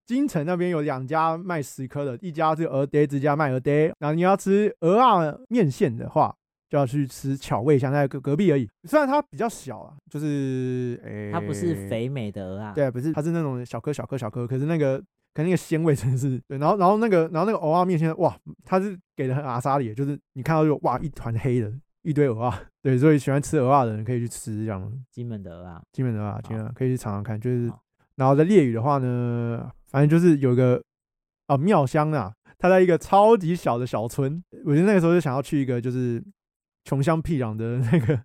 Speaker 2: 金城那边有两家卖十颗的，一家是鹅爹，一家卖鹅爹。然后你要吃鹅啊面线的话，就要去吃巧味香，在隔隔壁而已。虽然它比较小啊，就是诶，
Speaker 1: 它不是，肥美的鹅啊，
Speaker 2: 呃对，不是，它是那种小颗小颗小颗，可是那个。可能那个鲜味真的是对，然后然后那个然后那个鹅啊面线，哇，它是给的很阿莎里，就是你看到就哇一团黑的，一堆鹅啊，对，所以喜欢吃鹅啊的人可以去吃这样
Speaker 1: 金门的鹅啊，
Speaker 2: 金门鹅啊，金门鹅啊可以去尝尝看。就是
Speaker 1: 好，
Speaker 2: 然后在烈屿的话呢，反正就是有一个啊妙香啊，它在一个超级小的小村，我觉得那个时候就想要去一个就是穷乡僻壤的 那个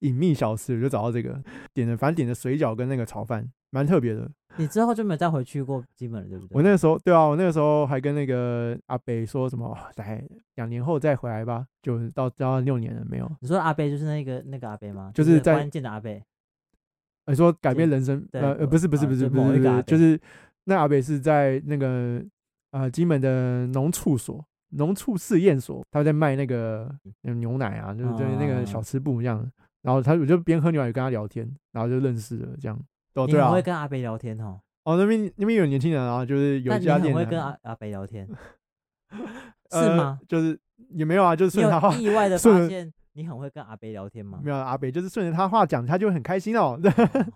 Speaker 2: 隐秘小吃，我就找到这个点的，反正点的水饺跟那个炒饭，蛮特别的。
Speaker 1: 你之后就没有再回去过金门了，对不对？
Speaker 2: 我那个时候，对啊，我那个时候还跟那个阿北说什么，哦来两年后再回来吧，就到到六年了没有。
Speaker 1: 你说的阿贝就是那个那个阿贝吗？
Speaker 2: 就是在
Speaker 1: 关键的阿贝，
Speaker 2: 你呃说改变
Speaker 1: 就
Speaker 2: 人生？
Speaker 1: 对
Speaker 2: 呃呃，
Speaker 1: 我
Speaker 2: 不是不是
Speaker 1: 啊
Speaker 2: 不是
Speaker 1: 就
Speaker 2: 不是
Speaker 1: 某一
Speaker 2: 不
Speaker 1: 个阿
Speaker 2: 是，
Speaker 1: 北
Speaker 2: 就是那阿北是在那个呃金门的农畜所、农畜试验所，他在卖那个嗯牛奶啊，就是对那个小吃部这样。然后他我就边喝牛奶跟他聊天，然后就认识了这样。哦，
Speaker 1: 你
Speaker 2: 对
Speaker 1: 很
Speaker 2: 啊
Speaker 1: 会，跟阿北聊天哦，
Speaker 2: 哦那边那边有年轻人啊，就是有
Speaker 1: 但
Speaker 2: 一
Speaker 1: 你
Speaker 2: 家
Speaker 1: 很
Speaker 2: 店
Speaker 1: 会
Speaker 2: 啊
Speaker 1: 跟阿阿北聊天，是
Speaker 2: 呃
Speaker 1: 吗？
Speaker 2: 就是也没有啊，就是
Speaker 1: 你
Speaker 2: 顺着他话
Speaker 1: 有，意外的
Speaker 2: 顺着
Speaker 1: 发现你很会跟阿北聊天吗？
Speaker 2: 没有啊阿北，就是顺着他话讲，他就会很开心哦。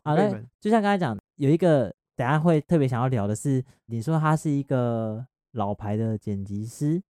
Speaker 1: 好
Speaker 2: 对
Speaker 1: 嘞，就像刚才讲，有一个等下会特别想要聊的是，你说他是一个老牌的剪辑师，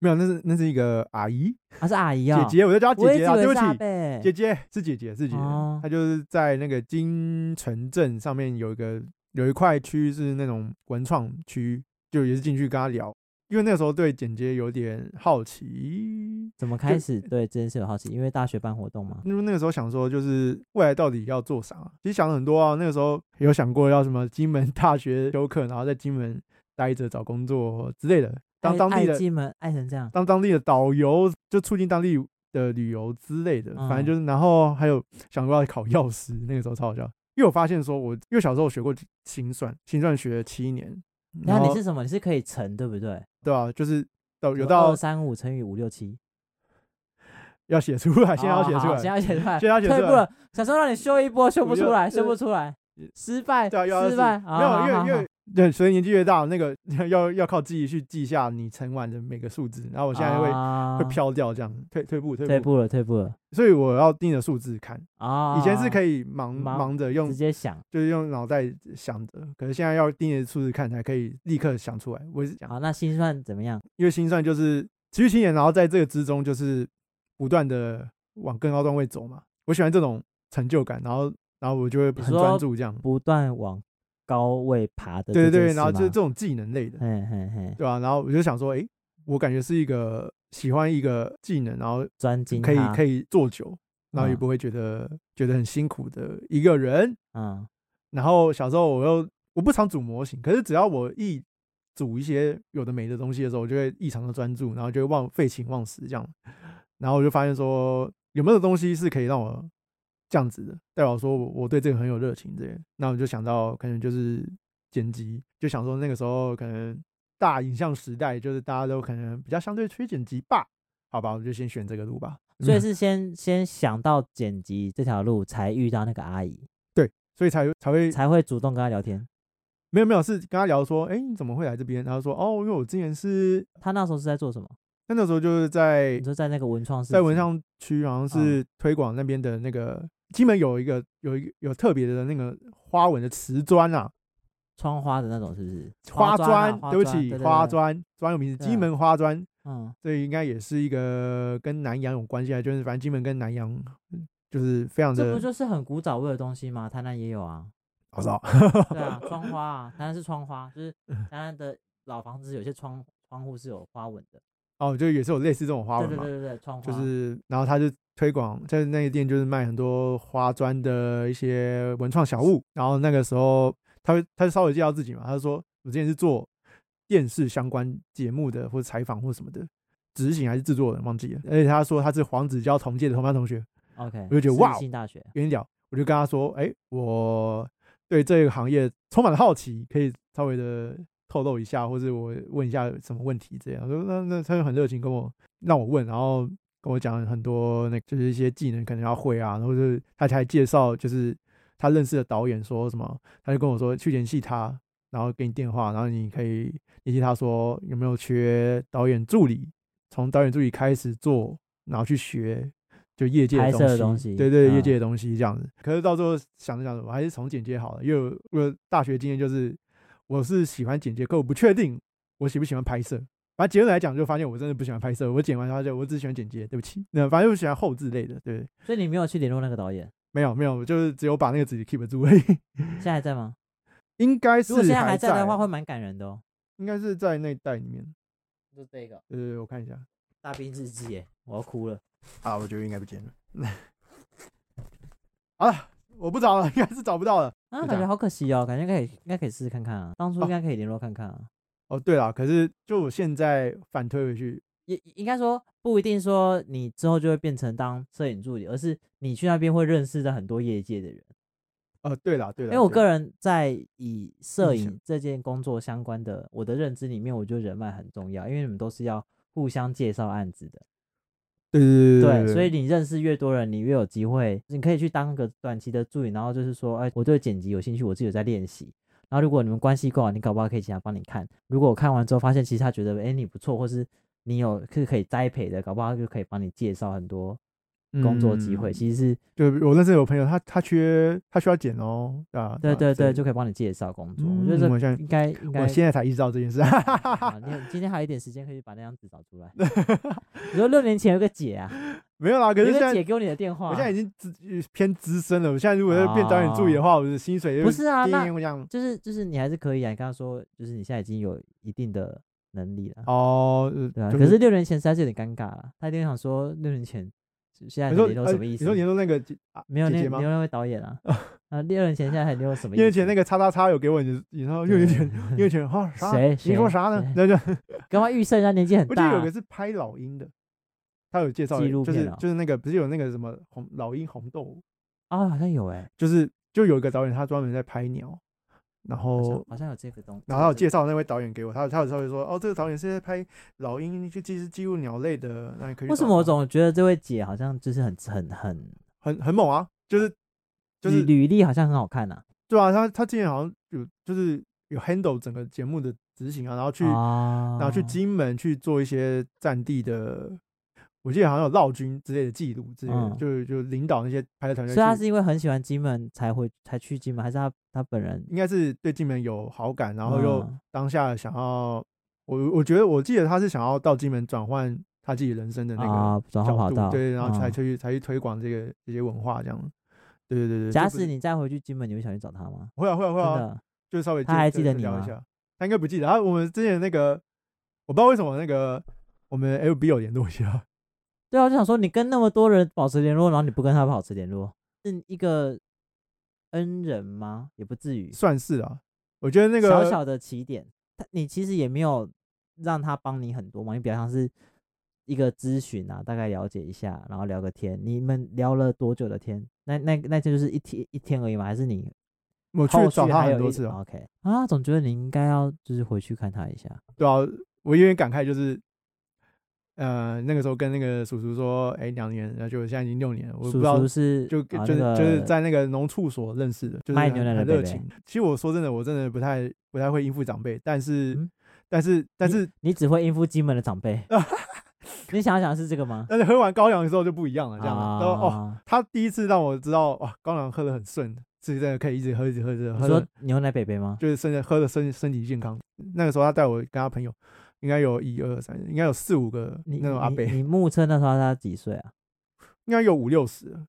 Speaker 2: 没有，那是那是一个阿姨
Speaker 1: 他是阿姨啊、
Speaker 2: 姐姐，我就叫她
Speaker 1: 我
Speaker 2: 姐
Speaker 1: 一
Speaker 2: 姐
Speaker 1: 直
Speaker 2: 啊，
Speaker 1: 以为
Speaker 2: 对不
Speaker 1: 是阿
Speaker 2: 起，
Speaker 1: 贝，
Speaker 2: 姐姐是姐姐是姐姐
Speaker 1: 哦，
Speaker 2: 她就是在那个金城镇上面有一个有一块区是那种文创区，就也是进去跟她聊，因为那个时候对剪接有点好奇，
Speaker 1: 怎么开始对这件事有好奇？因为大学办活动嘛，
Speaker 2: 因为那个时候想说，就是未来到底要做啥？其实想了很多啊。那个时候有想过要什么金门大学休课，然后在金门待着找工作之类的， 当
Speaker 1: 爱
Speaker 2: 当地
Speaker 1: 爱
Speaker 2: 的
Speaker 1: 进门爱成这样，
Speaker 2: 当当地的导游，就促进当地的旅游之类的。
Speaker 1: 嗯
Speaker 2: 反正就是，然后还有想过要考药师，那个时候超好笑。因为我发现说我，因为小时候我学过心算，心算学了七年，
Speaker 1: 然
Speaker 2: 然
Speaker 1: 后你
Speaker 2: 后
Speaker 1: 是什么？你是可以乘对不对？
Speaker 2: 对吧、就是到有
Speaker 1: 二
Speaker 2: 到
Speaker 1: 三五乘以五六七，
Speaker 2: 要写出来，
Speaker 1: 好
Speaker 2: 啊现在要写出
Speaker 1: 哦好
Speaker 2: 来，
Speaker 1: 现在要写出来，
Speaker 2: 现在要写出
Speaker 1: 退
Speaker 2: 来
Speaker 1: 步了，想说让你修一波，修不
Speaker 2: 我就
Speaker 1: 出来，
Speaker 2: 就
Speaker 1: 修不出来
Speaker 2: 也，
Speaker 1: 失败，
Speaker 2: 对啊，要
Speaker 1: 失败，啊哦
Speaker 2: 没有，因为因
Speaker 1: 为
Speaker 2: 为对，随着年纪越大，那个要要靠记忆去记下你晨晚的每个数字，然后我
Speaker 1: 我
Speaker 2: 现在会、
Speaker 1: 会
Speaker 2: 会飘掉，这样退退步退步，
Speaker 1: 哦啊退步了，退步了
Speaker 2: 所以我要盯着数字看。
Speaker 1: 啊！
Speaker 2: 以前是可以忙
Speaker 1: 忙
Speaker 2: 忙着用
Speaker 1: 直，接想，
Speaker 2: 就是用脑袋想着，可是现在要盯着数字看才可以立刻想出来。我是讲，
Speaker 1: 好，那心算怎么样？
Speaker 2: 因为心算就是持续七年，然后在这个之中就是不断的往更高段位走嘛。我喜欢这种成就感，然后然后我就会
Speaker 1: 你
Speaker 2: 很
Speaker 1: 说
Speaker 2: 专注这样。
Speaker 1: 不断往高位爬的这件事吗，
Speaker 2: 对对对，然后就是这种技能类的，
Speaker 1: 嘿嘿嘿，
Speaker 2: 对吧、然后我就想说，诶，我感觉是一个喜欢一个技能，然后
Speaker 1: 专精
Speaker 2: 可以
Speaker 1: 它
Speaker 2: 可以做久，然后也
Speaker 1: 嗯
Speaker 2: 不会觉得、觉得很辛苦的一个人。
Speaker 1: 嗯，
Speaker 2: 然后小时候我又我不常组模型，可是只要我一组一些有的没的东西的时候，我就会异常的专注，然后就会忘废寝忘食这样。然后我就发现说，有没有东西是可以让我这样子的，代表说我我对这个很有热情这些。那我就想到可能就是剪辑，就想说那个时候可能大影像时代，就是大家都可能比较相对缺剪辑吧。好吧，我就先选这个路吧。嗯
Speaker 1: 所以是先先想到剪辑这条路，才遇到那个阿姨，
Speaker 2: 所以才才会
Speaker 1: 才会主动跟她聊天。
Speaker 2: 没有没有是跟他聊说，哎、你怎么会来这边？然后说，哦，因为我之前是
Speaker 1: 她那时候是在做什么？
Speaker 2: 那那时候就是在
Speaker 1: 你说在那个文创市集，
Speaker 2: 在文创区，好
Speaker 1: 嗯
Speaker 2: 像是推广那边的那个金门有一个有一个有特别的那个花纹的瓷砖啊，
Speaker 1: 窗花的那种，是不是？
Speaker 2: 花
Speaker 1: 砖
Speaker 2: 砖
Speaker 1: 啊，，花
Speaker 2: 对不
Speaker 1: 砖
Speaker 2: 起，
Speaker 1: 对
Speaker 2: 花，
Speaker 1: 对对
Speaker 2: 砖，专有名字
Speaker 1: 对啊
Speaker 2: 金门花砖，
Speaker 1: 嗯，
Speaker 2: 这应该也是一个跟南洋有关系啊，就是反正金门跟南洋嗯就是非常
Speaker 1: 这不
Speaker 2: 的，
Speaker 1: 就是很古早味的东西吗？台南也有 啊，
Speaker 2: 我操，
Speaker 1: 对啊，窗花啊，台南是窗花，就是
Speaker 2: 嗯
Speaker 1: 台南的老房子有些窗窗户是有花纹的，
Speaker 2: 哦，就也是有类似这种花
Speaker 1: 对对
Speaker 2: 纹嘛
Speaker 1: 对，对对，窗花
Speaker 2: 就是然后他就推广在那个店就是卖很多花砖的一些文创小物，然后那个时候他会他就稍微介绍自己嘛，他说我之前是做电视相关节目的或者采访或什么的。执行还是制作人忘记了，而且他说他是黄子佼同届的同班同学，
Speaker 1: OK，
Speaker 2: 我就觉得
Speaker 1: 私
Speaker 2: 哇哦
Speaker 1: 立性大学，
Speaker 2: 有点屌。我就跟他说，哎、我对这个行业充满了好奇，可以稍微的透露一下，或者我问一下有什么问题这样。他说那那他就很热情跟我让我问，然后跟我讲很多那就是一些技能可能要会啊，然后就是他才介绍就是他认识的导演说什么，他就跟我说去联系他，然后给你电话，然后你可以联系他说有没有缺导演助理，从导演助理开始做，然后去学。就业界
Speaker 1: 拍
Speaker 2: 的
Speaker 1: 摄的
Speaker 2: 东西，
Speaker 1: 东西
Speaker 2: 对对，业
Speaker 1: 嗯
Speaker 2: 界的东西这样子。可是到最后想着想着，我还是从剪接好了，因为我我大学经验就是我是喜欢剪接，可我不确定我喜不喜欢拍摄。反正结论来讲，就发现我真的不喜欢拍摄。我剪完发现我只喜欢剪接，对不起。那反正我喜欢后置类的，对，
Speaker 1: 所以你没有去联络那个导演，
Speaker 2: 没有没有，我就是只有把那个自己 keep 住而已。
Speaker 1: 现在还在吗？
Speaker 2: 应该是
Speaker 1: 如果现在还
Speaker 2: 在啊
Speaker 1: 在的话，会蛮感人的哦。
Speaker 2: 应该是在那一袋里面。
Speaker 1: 就这个
Speaker 2: 呃，我看一下
Speaker 1: 大兵日记耶，我要哭了。
Speaker 2: 啊，我觉得应该不见 了。好了，我不找了，应该是找不到了。
Speaker 1: 啊，
Speaker 2: 就这
Speaker 1: 感觉
Speaker 2: 样
Speaker 1: 好可惜哦，感觉可以应该可以试试看看啊，当初应
Speaker 2: 哦
Speaker 1: 该可以联络看看啊。
Speaker 2: 哦，对了，可是就我现在反推回去，
Speaker 1: 也应该说不一定说你之后就会变成当摄影助理，而是你去那边会认识的很多业界的人。
Speaker 2: 呃，对啦对啦，
Speaker 1: 因为我
Speaker 2: 对
Speaker 1: 个
Speaker 2: 啦
Speaker 1: 人在以摄
Speaker 2: 印象
Speaker 1: 影这件工作相关的我的认知里面，我觉得人脉很重要，因为你们都是要互相介绍案子的，
Speaker 2: 对对对
Speaker 1: 对，所以你认识越多人，你越有机会，你可以去当个短期的助理，然后就是说，哎，我对剪辑有兴趣，我自己有在练习。然后如果你们关系够好，你搞不好可以请他帮你看。如果我看完之后发现，其实他觉得，哎，你不错，或是你有是可以栽培的，搞不好他就可以帮你介绍很多工作机会。
Speaker 2: 嗯
Speaker 1: 其实是
Speaker 2: 对，我认识有朋友，他他缺他需要剪哦，啊，
Speaker 1: 对对
Speaker 2: 啊之类
Speaker 1: 对，
Speaker 2: 的
Speaker 1: 就可以帮你介绍工作。
Speaker 2: 嗯
Speaker 1: 我觉得
Speaker 2: 我现
Speaker 1: 这
Speaker 2: 在
Speaker 1: 应该应该
Speaker 2: 我现在才意识到这件事，
Speaker 1: 啊，你有今天还有一点时间可以把那张纸找出来。你说六年前有个姐啊，
Speaker 2: 没有啦，可
Speaker 1: 有
Speaker 2: 是现
Speaker 1: 个啊姐
Speaker 2: 在
Speaker 1: 给我你的电话
Speaker 2: 我现在已经资偏资深了，我现在如果要变导演助理的话，我的薪水就
Speaker 1: 哦不是啊那
Speaker 2: 叮我想
Speaker 1: 就是就是你还是可以啊。你刚刚说就是你现在已经有一定的能力了，
Speaker 2: 哦，呃
Speaker 1: 对啊。
Speaker 2: 就
Speaker 1: 可是六年前实在是有点尴尬了，他一定想说六年前现在
Speaker 2: 你说
Speaker 1: 联络
Speaker 2: 呃
Speaker 1: 什么意思？
Speaker 2: 你说你说那个姐啊
Speaker 1: 没有
Speaker 2: 姐
Speaker 1: 那
Speaker 2: 姐
Speaker 1: 没
Speaker 2: 吗
Speaker 1: 有？那位导演 啊啊，六年前现在还联络什么意
Speaker 2: 因
Speaker 1: 思？嗯
Speaker 2: 为前那个 叉叉叉有给我你，你说六年 前， 六年前啊啥？
Speaker 1: 谁
Speaker 2: 你说
Speaker 1: 谁
Speaker 2: 啥呢
Speaker 1: 谁？
Speaker 2: 那就
Speaker 1: 干嘛预设人家年纪很
Speaker 2: 我记得
Speaker 1: 大
Speaker 2: 有个是拍老鹰的，他有介绍
Speaker 1: 纪
Speaker 2: 一，
Speaker 1: 录
Speaker 2: 就
Speaker 1: 片
Speaker 2: 是
Speaker 1: 哦
Speaker 2: 就是那个不是有那个什么红老鹰红豆，
Speaker 1: 啊？好像有哎，
Speaker 2: 就是就有一个导演他专门在拍鸟，
Speaker 1: 好像
Speaker 2: 然后
Speaker 1: 好像有这个东西。
Speaker 2: 哦然后他有
Speaker 1: 这
Speaker 2: 介
Speaker 1: 个
Speaker 2: 绍那位导演给我，他他有稍微说哦，这个导演是在拍老鹰，就其实记录鸟类的，那你可以去
Speaker 1: 为什
Speaker 2: 找
Speaker 1: 么我
Speaker 2: 他
Speaker 1: 总觉得这位姐好像就是很很很
Speaker 2: 很很猛啊？就是就
Speaker 1: 履
Speaker 2: 是
Speaker 1: 履历好像很好看呐？
Speaker 2: 对啊，他他之前好像有就是有 handle 整个节目的执行啊，然后去
Speaker 1: 啊，
Speaker 2: 然后去金门去做一些战地的，我记得好像有绕军之类的记录之类的，
Speaker 1: 嗯
Speaker 2: 就就领导那些拍的团队
Speaker 1: 所
Speaker 2: 去。
Speaker 1: 以他是因为很喜欢金门才会才去金门，还是他他本人？
Speaker 2: 应该是对金门有好感，然后又
Speaker 1: 嗯
Speaker 2: 当下想要，我我觉得我记得他是想要到金门转换他自己人生的那个
Speaker 1: 啊转换
Speaker 2: 角
Speaker 1: 跑
Speaker 2: 度，
Speaker 1: 道，
Speaker 2: 对，然后才
Speaker 1: 嗯。
Speaker 2: 去、才去推广这个这些文化这样。对对对对，
Speaker 1: 假
Speaker 2: 这不
Speaker 1: 使
Speaker 2: 是
Speaker 1: 你再回去金门，你会想去找他吗？
Speaker 2: 会啊会啊会
Speaker 1: 真
Speaker 2: 啊，
Speaker 1: 的
Speaker 2: 就稍微
Speaker 1: 他
Speaker 2: 就
Speaker 1: 还
Speaker 2: 就
Speaker 1: 记得
Speaker 2: 就
Speaker 1: 你
Speaker 2: 聊一
Speaker 1: 吗
Speaker 2: 下，他应该不记得。他我们之前那个，我不知道为什么那个我们 LB 有联络一下，
Speaker 1: 对啊，我就想说你跟那么多人保持联络，然后你不跟他保持联络，是一个恩人吗？也不至于，
Speaker 2: 算是啊。我觉得那个
Speaker 1: 小小的起点，他你其实也没有让他帮你很多嘛，你比较像是一个咨询啊，大概了解一下，然后聊个天。你们聊了多久的天？那那那天就是一天一天而已吗？还是你
Speaker 2: 我去
Speaker 1: 后
Speaker 2: 找
Speaker 1: 续
Speaker 2: 他
Speaker 1: 还
Speaker 2: 很
Speaker 1: 有
Speaker 2: 多
Speaker 1: 一
Speaker 2: 次啊，
Speaker 1: o k 啊，总觉得你应该要就是回去看他一下。
Speaker 2: 对啊，我有点感慨，就是呃那个时候跟那个叔叔说，哎，两年，然后就现在已经六年了，我不
Speaker 1: 叔
Speaker 2: 知道
Speaker 1: 叔是
Speaker 2: 就
Speaker 1: 啊
Speaker 2: 就
Speaker 1: 那
Speaker 2: 是
Speaker 1: 个、
Speaker 2: 就是在那个农处所认识的，就是
Speaker 1: 卖
Speaker 2: 很
Speaker 1: 牛奶的
Speaker 2: 很
Speaker 1: 伯
Speaker 2: 热
Speaker 1: 伯欸
Speaker 2: 情。其实我说真的，我真的不太不太会应付长辈，但是
Speaker 1: 嗯
Speaker 2: 但是但是
Speaker 1: 你只会应付金门的长 辈，你想要讲的是这个吗？
Speaker 2: 但是喝完高粱的时候就不一样 了，这样
Speaker 1: 啊，
Speaker 2: 然后哦，他第一次让我知道哇，高粱喝的很顺，自己真的可以一直喝一直喝一直
Speaker 1: 你
Speaker 2: 喝
Speaker 1: 说
Speaker 2: 得，
Speaker 1: 牛奶北北吗？
Speaker 2: 就是身喝的身身体健康。那个时候他带我跟他朋友，应该有一二三，应该有四五个
Speaker 1: 你
Speaker 2: 那种阿
Speaker 1: 你
Speaker 2: 伯，
Speaker 1: 你目测那时候他几岁啊？
Speaker 2: 应该有五六十了，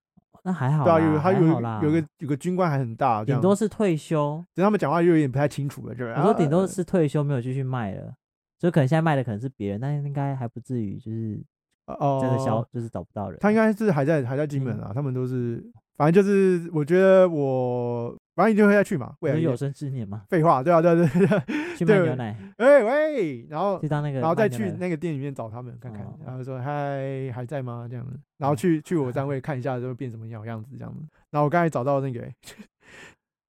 Speaker 1: 那还好
Speaker 2: 对
Speaker 1: 啦，
Speaker 2: 啊，有他有
Speaker 1: 还
Speaker 2: 一
Speaker 1: 好啦
Speaker 2: 有一个有个军官还很大，这
Speaker 1: 顶
Speaker 2: 样，啊
Speaker 1: 多是退休，
Speaker 2: 等他们讲话又有点不太清楚了，就是呃
Speaker 1: 我说顶多是退休没有继续卖了，所以可能现在卖的可能是别人，但应该还不至于就是
Speaker 2: 呃哦，
Speaker 1: 真的消，嗯就是找不到人。
Speaker 2: 他应该是还在还在金门啊，他们都是，反正就是我觉得我反正一定会再去嘛，未
Speaker 1: 不
Speaker 2: 来
Speaker 1: 是
Speaker 2: 一
Speaker 1: 有
Speaker 2: 定
Speaker 1: 生之年嘛，
Speaker 2: 废话，对啊对啊对啊 对啊，
Speaker 1: 去卖
Speaker 2: 对
Speaker 1: 牛奶，
Speaker 2: 哎喂，然后
Speaker 1: 去当那个，
Speaker 2: 然后再去。那个店里面找他们看看
Speaker 1: 哦，
Speaker 2: 然后说嗨还在吗这样子，然后
Speaker 1: 哦嗯
Speaker 2: 去去我单位看一下就会变什么样样子这样子，然后我刚才找到那个、欸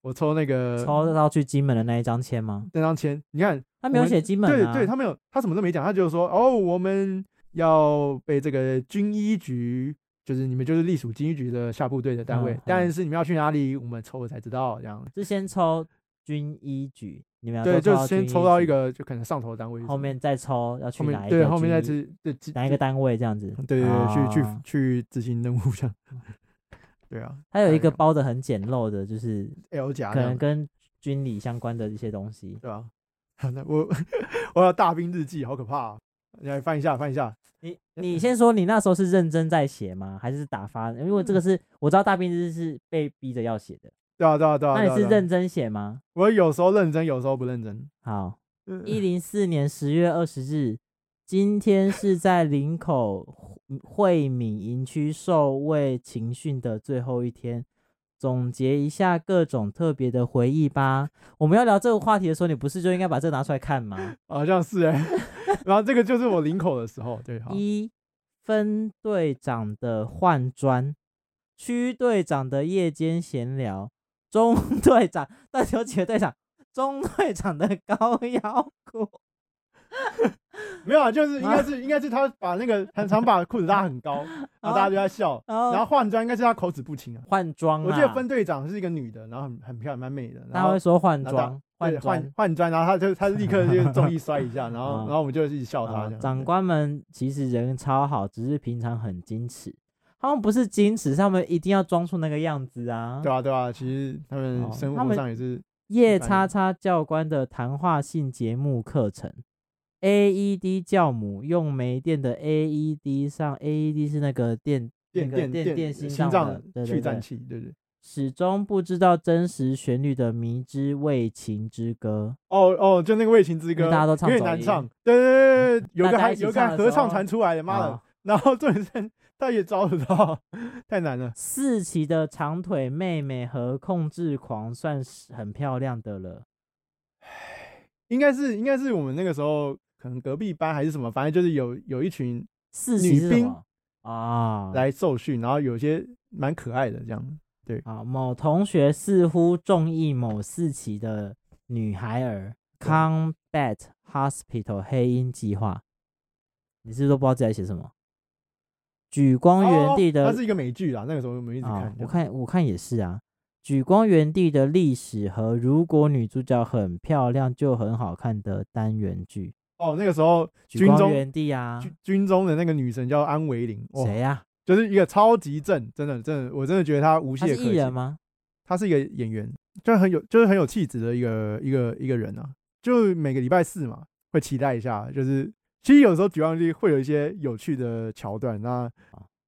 Speaker 2: 我抽那个
Speaker 1: 抽到去金门的那一张签吗？
Speaker 2: 那张签，你看
Speaker 1: 他没有
Speaker 2: 我们
Speaker 1: 写金门
Speaker 2: 对
Speaker 1: 啊，
Speaker 2: 对，他没有，他什么都没讲，他就是说哦，我们要被这个军医局，就是你们就是隶属军医局的下部队的单位，
Speaker 1: 嗯嗯
Speaker 2: 但是你们要去哪里，我们抽了才知道这样。
Speaker 1: 是先抽军医局，你们要
Speaker 2: 对，
Speaker 1: 都
Speaker 2: 就
Speaker 1: 抽
Speaker 2: 先
Speaker 1: 军
Speaker 2: 抽
Speaker 1: 医
Speaker 2: 到一
Speaker 1: 局，
Speaker 2: 个就可能上头的单位是什么，
Speaker 1: 后面再抽要去
Speaker 2: 后
Speaker 1: 哪
Speaker 2: 面
Speaker 1: 一
Speaker 2: 对
Speaker 1: 个
Speaker 2: 后面再
Speaker 1: 军医
Speaker 2: 去对去
Speaker 1: 哪一个单位这样子。
Speaker 2: 对对对，去去
Speaker 1: 啊嗯
Speaker 2: 去执行任务这样。对啊，
Speaker 1: 还有
Speaker 2: 大
Speaker 1: 一
Speaker 2: 概
Speaker 1: 个
Speaker 2: 这样
Speaker 1: 包的很简陋的，就是
Speaker 2: L 夹
Speaker 1: 可
Speaker 2: 这
Speaker 1: 能
Speaker 2: 样子，
Speaker 1: 跟军礼相关的一些东西。
Speaker 2: 对啊。 好那我我要大兵日记，好可怕、啊！你来翻一下，翻一下。
Speaker 1: 你你先说，你那时候是认真在写吗？还是打发？因为这
Speaker 2: 嗯
Speaker 1: 个是我知道大兵日是被逼着要写的，
Speaker 2: 对啊，对啊，对啊。
Speaker 1: 那
Speaker 2: 对啊
Speaker 1: 你是？
Speaker 2: 对啊
Speaker 1: 认真写吗？
Speaker 2: 我有时候认真，有时候不认真。
Speaker 1: 好，
Speaker 2: 嗯
Speaker 1: 一零四年十月二十日，今天是在林口惠惠敏营区受慰情训的最后一天。总结一下各种特别的回忆吧。我们要聊这个话题的时候，你不是就应该把这拿出来看吗？
Speaker 2: 好像是哎、 然后这个就是我领口的时候，对，好，
Speaker 1: 一分队长的换砖，区队长的夜间闲聊，中 队长，到底有几个队长？中队长的高腰裤，
Speaker 2: 没有啊，就是应该是应该是他把那个很常把裤子拉 很高，然后
Speaker 1: 哦
Speaker 2: 大家就在笑。
Speaker 1: 然
Speaker 2: 然后
Speaker 1: 后
Speaker 2: 换装应该是他口齿不清啊。
Speaker 1: 换装
Speaker 2: 我
Speaker 1: 啦，
Speaker 2: 记得分队长是一个女的，然后很很漂亮，蛮美的。然
Speaker 1: 他
Speaker 2: 后
Speaker 1: 会说换
Speaker 2: 然后大
Speaker 1: 装，换
Speaker 2: 对换
Speaker 1: 装。
Speaker 2: 换装，然后他就他立刻就重力摔一 下，然后
Speaker 1: 嗯
Speaker 2: 然后我们就一直笑他
Speaker 1: 啊
Speaker 2: 这样。
Speaker 1: 长官们其实人超好，只是平常很矜持。他们不是矜持，是他们一定要装出那个样子啊。
Speaker 2: 对啊对啊，其实他们
Speaker 1: 哦
Speaker 2: 生
Speaker 1: 他
Speaker 2: 活
Speaker 1: 们
Speaker 2: 上也是
Speaker 1: 夜
Speaker 2: 白
Speaker 1: 叉
Speaker 2: 人
Speaker 1: 叉教官的谈话性节目课程，AED 教母用没电的 AED 上，AED 是那个电
Speaker 2: 电
Speaker 1: 那个电
Speaker 2: 电
Speaker 1: 电心
Speaker 2: 心
Speaker 1: 脏的
Speaker 2: 脏
Speaker 1: 对对
Speaker 2: 去
Speaker 1: 对
Speaker 2: 颤器，对对。
Speaker 1: 始终不知道真实旋律的迷之为情之歌。
Speaker 2: 哦哦，就那个《为情之
Speaker 1: 因为
Speaker 2: 歌》，
Speaker 1: 大家都唱
Speaker 2: 有点
Speaker 1: 走
Speaker 2: 难
Speaker 1: 音
Speaker 2: 唱。对对 对对，有
Speaker 1: 大
Speaker 2: 个
Speaker 1: 家
Speaker 2: 还
Speaker 1: 一起
Speaker 2: 有个
Speaker 1: 唱
Speaker 2: 还
Speaker 1: 的
Speaker 2: 合
Speaker 1: 时
Speaker 2: 唱
Speaker 1: 候
Speaker 2: 传出来的，妈的
Speaker 1: 啊！
Speaker 2: 然后重点是他也找不到，太难了。
Speaker 1: 四期的长腿妹妹和控制狂算是很漂亮的了。
Speaker 2: 应该是应该是我们那个时候可能隔壁班还是什么，反正就是有有一群
Speaker 1: 四
Speaker 2: 女
Speaker 1: 期是什
Speaker 2: 兵
Speaker 1: 么啊？
Speaker 2: 来受训，然后有些蛮可爱的这样。
Speaker 1: 啊，某同学似乎中意某四期的女孩儿
Speaker 2: 对
Speaker 1: Combat Hospital 黑鹰计划，你是不是都不知道自己在写什么？举光原地的
Speaker 2: 哦它是一个美剧啦，那个时候我们一直
Speaker 1: 啊
Speaker 2: 看，。
Speaker 1: 我看我看也是啊。举光原地的历史和如果女主角很漂亮就很好看的单元剧，
Speaker 2: 哦，那个时候
Speaker 1: 举
Speaker 2: 军
Speaker 1: 光
Speaker 2: 中
Speaker 1: 原地啊，
Speaker 2: 军军中的那个女神叫安维玲，哦，
Speaker 1: 谁呀、
Speaker 2: 就是一个超级正，真的真的，我真的觉得她无
Speaker 1: 她
Speaker 2: 懈
Speaker 1: 是
Speaker 2: 可
Speaker 1: 艺
Speaker 2: 击
Speaker 1: 人。吗？
Speaker 2: 他是一个演员，就是很有就是很有气质的一个一个一个人啊。就每个礼拜四嘛，会期待一下。就是其实有时候举望力会有一些有趣的桥段，那
Speaker 1: 啊